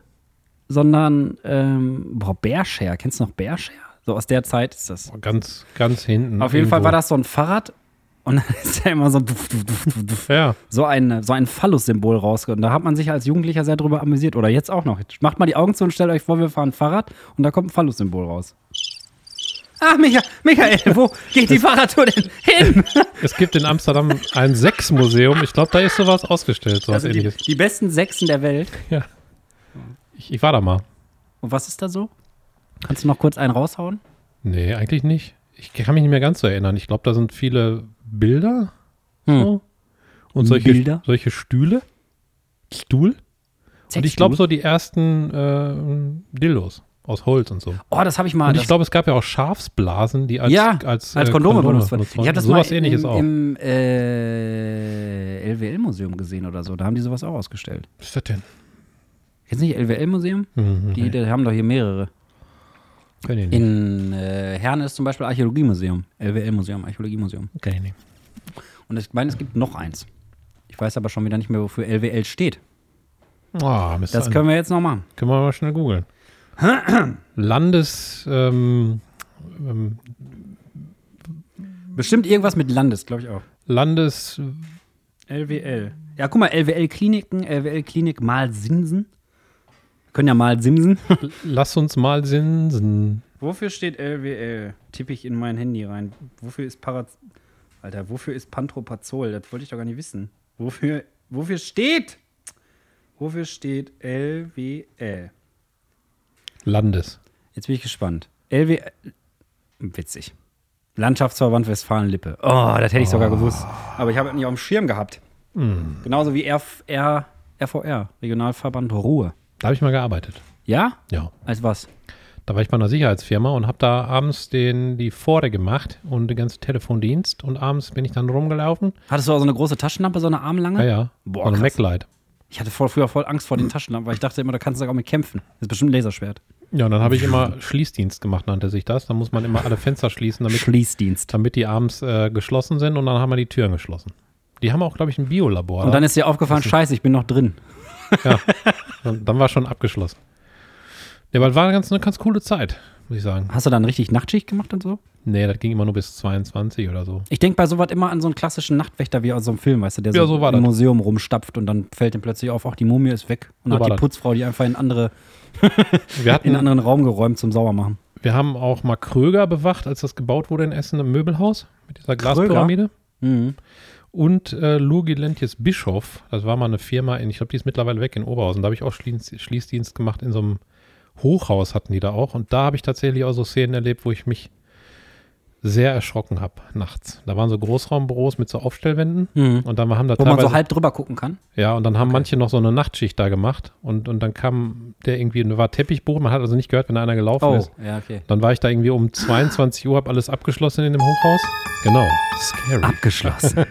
A: sondern. Ähm, boah, Bearshare. Kennst du noch Bearshare? So aus der Zeit ist das.
B: Ganz, ganz hinten.
A: Auf jeden Fall
B: irgendwo.
A: war das so ein Fahrrad und dann ist da immer so, duf, duf, duf, duf, duf,
B: Ja,
A: so ein, so ein Phallus-Symbol rausge. Und da hat man sich als Jugendlicher sehr drüber amüsiert. Oder jetzt auch noch. Jetzt Macht mal die Augen zu und stellt euch vor, wir fahren Fahrrad und da kommt ein Phallus-Symbol raus. Ah, Micha, Michael, wo geht die Fahrradtour denn hin?
B: Es gibt in Amsterdam ein Sechsmuseum. Ich glaube, da ist sowas ausgestellt, sowas
A: Also die,
B: ähnliches.
A: die besten Sechsen der Welt.
B: Ja. Ich, ich war da mal.
A: Und was ist da so? Kannst du noch kurz einen raushauen?
B: Nee, eigentlich nicht. Ich kann mich nicht mehr ganz so erinnern. Ich glaube, da sind viele Bilder so. und solche,
A: Hm. Bilder?
B: solche Stühle. Stuhl. Und ich glaube, so die ersten äh, Dildos aus Holz und so.
A: Oh, das habe ich mal.
B: Und
A: das-
B: ich glaube, es gab ja auch Schafsblasen, die als,
A: ja,
B: als, äh,
A: Kondome, benutzt werden. Ich
B: wurden.
A: habe das
B: sowas
A: mal
B: ähnliches
A: im,
B: auch.
A: im äh, LWL-Museum gesehen oder so. Da haben die sowas auch ausgestellt.
B: Was ist das denn?
A: Jetzt nicht LWL-Museum?
B: Mhm,
A: Die, die haben doch hier mehrere.
B: Kenn ich nicht.
A: In äh, Herne ist zum Beispiel Archäologiemuseum. LWL-Museum, Archäologiemuseum.
B: Kenn ich nicht.
A: Und ich meine, es gibt noch eins. Ich weiß aber schon wieder nicht mehr, wofür LWL steht.
B: Ah, Mist.
A: Das können wir jetzt noch machen.
B: Können wir mal schnell googeln. Landes. Ähm, ähm,
A: Bestimmt irgendwas mit Landes, glaube ich auch.
B: Landes.
A: LWL. Ja, guck mal, LWL-Kliniken, LWL-Klinik Malsimsen. Können ja Malsimsen.
B: Lass uns mal sinsen.
A: Wofür steht LWL? Tippe ich in mein Handy rein. Wofür ist Paraz... Alter, wofür ist Pantropazol? Das wollte ich doch gar nicht wissen. Wofür, wofür steht? Wofür steht LWL?
B: Landes.
A: Jetzt bin ich gespannt. LWL... Witzig. Landschaftsverband Westfalen-Lippe. Oh, das hätte ich sogar gewusst. Aber ich habe es nicht auf dem Schirm gehabt. Genauso wie RV R RVR, Regionalverband Ruhr.
B: Da habe ich mal gearbeitet.
A: Ja?
B: Ja.
A: Als was?
B: Da war ich bei einer Sicherheitsfirma und habe da abends den, die Pforte gemacht und den ganzen Telefondienst. Und abends bin ich dann rumgelaufen.
A: Hattest du auch so eine große Taschenlampe, so eine armlange?
B: Ja, ja.
A: Boah,
B: so eine
A: krass.
B: MacLight.
A: Ich hatte voll, früher voll Angst vor
B: Hm.
A: den Taschenlampen, weil ich dachte immer, da kannst du auch mit kämpfen. Das ist bestimmt ein Laserschwert.
B: Ja, und dann habe ich immer Schließdienst gemacht, nannte sich das. Da muss man immer alle Fenster schließen, damit,
A: Schließdienst.
B: damit die abends äh, geschlossen sind. Und dann haben wir die Türen geschlossen. Die haben auch, glaube ich, ein Biolabor.
A: Und dann ist dir aufgefallen,
B: Also-
A: scheiße, ich bin noch drin.
B: Dann, dann war schon abgeschlossen. Ja, aber war eine ganz, eine ganz coole Zeit, muss ich sagen.
A: Hast du dann richtig Nachtschicht gemacht und so?
B: Nee, das ging immer nur bis 22 oder so.
A: Ich denke bei sowas immer an so einen klassischen Nachtwächter wie aus so einem Film, weißt du, der so,
B: Ja, so war
A: im
B: das.
A: Museum rumstapft und dann fällt ihm plötzlich auf, auch die Mumie ist weg. Und
B: So
A: dann
B: war
A: hat die
B: das.
A: Putzfrau die einfach in, andere,
B: Wir
A: in einen
B: hatten,
A: anderen Raum geräumt zum Sauermachen.
B: wir haben auch mal Kröger bewacht, als das gebaut wurde in Essen im Möbelhaus mit dieser Glaspyramide.
A: Mhm.
B: Und äh, Lurgi Lentjes Bischof, das war mal eine Firma in, ich glaube, die ist mittlerweile weg in Oberhausen. Da habe ich auch Schließ, Schließdienst gemacht in so einem Hochhaus hatten die da auch. Und da habe ich tatsächlich auch so Szenen erlebt, wo ich mich sehr erschrocken habe nachts. Da waren so Großraumbüros mit so Aufstellwänden
A: Mhm.
B: und dann haben da
A: Wo man
B: teilweise
A: so halb drüber gucken kann.
B: Ja, und dann haben manche noch so eine Nachtschicht da gemacht und, und dann kam der irgendwie, da war Teppichboden, man hat also nicht gehört, wenn da einer gelaufen
A: Oh,
B: ist.
A: ja, okay.
B: Dann war ich da irgendwie um 22 Uhr, habe alles abgeschlossen in dem Hochhaus. Genau, scary.
A: Abgeschlossen.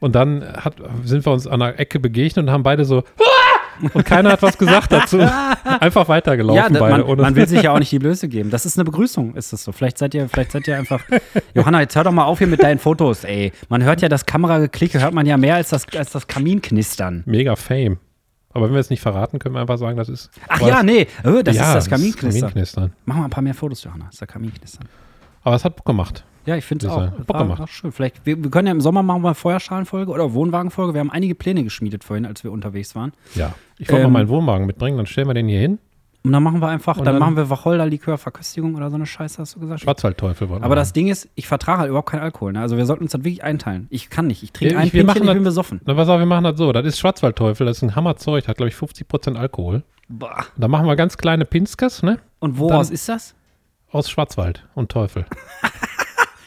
B: Und dann hat, sind wir uns an einer Ecke begegnet und haben beide so "Ah!" und keiner hat was gesagt dazu. Einfach weitergelaufen
A: ja, da,
B: beide.
A: man,
B: ohne-
A: man will sich ja auch nicht die Blöße geben. Das ist eine Begrüßung, ist das so. Vielleicht seid ihr, vielleicht seid ihr einfach. Johanna, jetzt hör doch mal auf hier mit deinen Fotos, ey. Man hört ja das Kamerageklicke, hört man ja mehr als das, als das Kaminknistern.
B: Mega Fame. Aber wenn wir es nicht verraten, können wir einfach sagen, das ist.
A: Ach ja, nee, äh, das
B: Ja,
A: ist das Kaminknistern.
B: Kaminknistern.
A: Mach mal ein paar mehr Fotos, Johanna. Das ist das Kaminknistern.
B: Aber es hat Bock gemacht.
A: Ja, ich finde es
B: Das
A: auch.
B: hat Bock gemacht.
A: war schön. Vielleicht, wir, wir können ja im Sommer machen wir eine Feuerschalenfolge oder Wohnwagenfolge. Wir haben einige Pläne geschmiedet vorhin, als wir unterwegs waren.
B: Ja. Ich wollte
A: Ähm,
B: mal meinen Wohnwagen mitbringen, dann stellen wir den hier hin.
A: Und dann machen wir einfach, dann,
B: dann-
A: machen wir Wacholder-Likör-Verköstigung oder so eine Scheiße, hast du gesagt?
B: Schwarzwaldteufel wollten
A: Aber
B: wir
A: das Ding ist, ich vertrage halt überhaupt keinen Alkohol. Ne? Also wir sollten uns das wirklich einteilen. Ich kann nicht. Ich trinke
B: Wir-
A: ein
B: wir
A: Pinchen,
B: machen
A: ich
B: das-
A: bin besoffen.
B: Na, pass auf, wir machen das so. Das ist Schwarzwaldteufel, das ist ein Hammerzeug, hat, glaube ich, 50% Alkohol.
A: Boah.
B: Da machen wir ganz kleine Pinskes, ne?
A: Und woraus
B: Dann-
A: ist das?
B: Aus Schwarzwald und Teufel.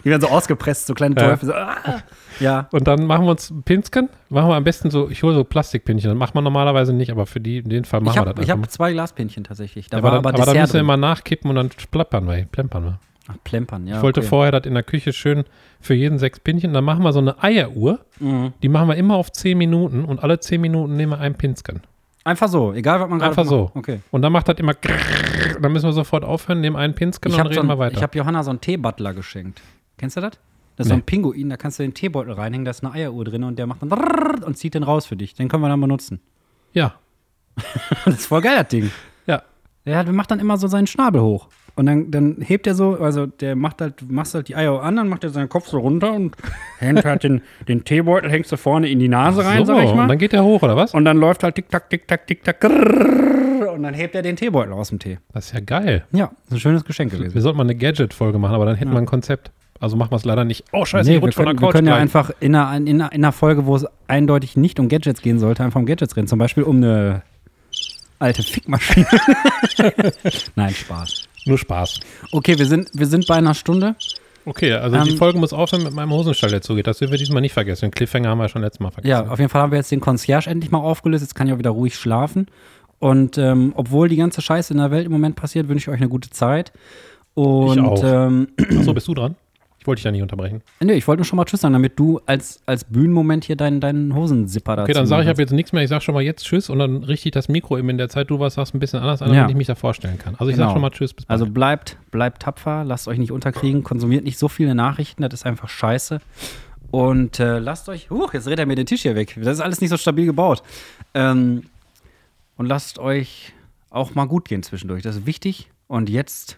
A: Die werden so ausgepresst, so kleine
B: Ja.
A: Teufel. So, ah. Ja.
B: Und dann machen wir uns Pinsken. Machen wir am besten so, ich hole so Plastikpinchen. Das macht man normalerweise nicht, aber für die, in den Fall machen
A: Ich
B: wir
A: habe
B: das
A: ich
B: einfach mal.
A: hab zwei Glaspinchen tatsächlich. Da
B: Ja,
A: war
B: dann-
A: aber,
B: aber dann
A: Dessert
B: müssen wir
A: drin.
B: immer nachkippen und dann plappern wir, plempern wir.
A: Ach, plempern, ja.
B: ich wollte
A: okay.
B: vorher das in der Küche schön für jeden sechs Pinchen. Dann machen wir so eine Eieruhr.
A: Mhm.
B: Die machen wir immer auf zehn Minuten und alle zehn Minuten nehmen wir einen Pinsken.
A: Einfach so, egal was man gerade
B: Einfach so.
A: macht. Okay.
B: Und dann macht das immer krrrr. Dann müssen wir sofort aufhören, nehmen einen Pinsken
A: Ich
B: und
A: habe so
B: Genau, reden wir
A: ein-
B: weiter.
A: ich hab Johanna so einen Teebutler geschenkt. Kennst du das? Das ist so
B: Nee.
A: ein Pinguin, da kannst du den Teebeutel reinhängen, da ist eine Eieruhr drin und der macht dann drrrr und zieht den raus für dich. Den können wir dann benutzen.
B: ja.
A: Das ist voll geil, das Ding.
B: Ja.
A: Der hat, macht dann immer so seinen Schnabel hoch. Und dann, dann hebt er so, also der macht halt, du machst halt die Eier an, dann macht er seinen Kopf so runter und hängt halt den, den Teebeutel, hängst du vorne in die Nase rein,
B: so,
A: sag ich
B: und
A: mal.
B: dann geht der hoch, oder was?
A: Und dann läuft halt tick, tack, tick, tack, tick, tack, grrrr, und und dann hebt er den Teebeutel aus dem Tee.
B: Das ist ja geil.
A: Ja, ist ein schönes Geschenk
B: Wir
A: gewesen.
B: sollten mal eine Gadget-Folge machen, aber dann hätten wir ein Konzept. Also machen wir es leider nicht. Oh, scheiße, ich
A: wir
B: rutsche von der
A: können, wir
B: Couch
A: können ja
B: gleich.
A: einfach in einer, in, einer, in einer Folge, wo es eindeutig nicht um Gadgets gehen sollte, einfach um Gadgets reden. Zum Beispiel um eine alte Fickmaschine. Nein, Spaß.
B: Nur Spaß.
A: Okay, wir sind, wir sind bei einer Stunde.
B: Okay, also die
A: Ähm,
B: Folge muss aufhören mit meinem Hosenstall, der zugeht. Das dürfen wir diesmal nicht vergessen. Den Cliffhanger haben wir schon letztes Mal vergessen.
A: Ja, auf jeden Fall haben wir jetzt den Concierge endlich mal aufgelöst. Jetzt kann ich auch wieder ruhig schlafen. Und ähm, obwohl die ganze Scheiße in der Welt im Moment passiert, wünsche ich euch eine gute Zeit. Und
B: auch.
A: Ähm,
B: Achso, bist du dran? Ich wollte dich da nicht unterbrechen.
A: nee, ich wollte nur schon mal Tschüss sagen, damit du als, als Bühnenmoment hier deinen, deinen Hosenzipper dazu
B: Okay, dann sage ich
A: machst.
B: ab jetzt nichts mehr. Ich sage schon mal jetzt Tschüss und dann richte ich das Mikro eben in der Zeit, du was sagst, ein bisschen anders an,
A: Ja.
B: damit ich mich da vorstellen kann. Also ich
A: Genau.
B: sage schon mal Tschüss, bis bald.
A: Also bleibt, bleibt tapfer, lasst euch nicht unterkriegen, konsumiert nicht so viele Nachrichten, das ist einfach scheiße. Und äh, lasst euch, huch, jetzt dreht er mir den Tisch hier weg. Das ist alles nicht so stabil gebaut. Ähm, und lasst euch auch mal gut gehen zwischendurch. Das ist wichtig. Und jetzt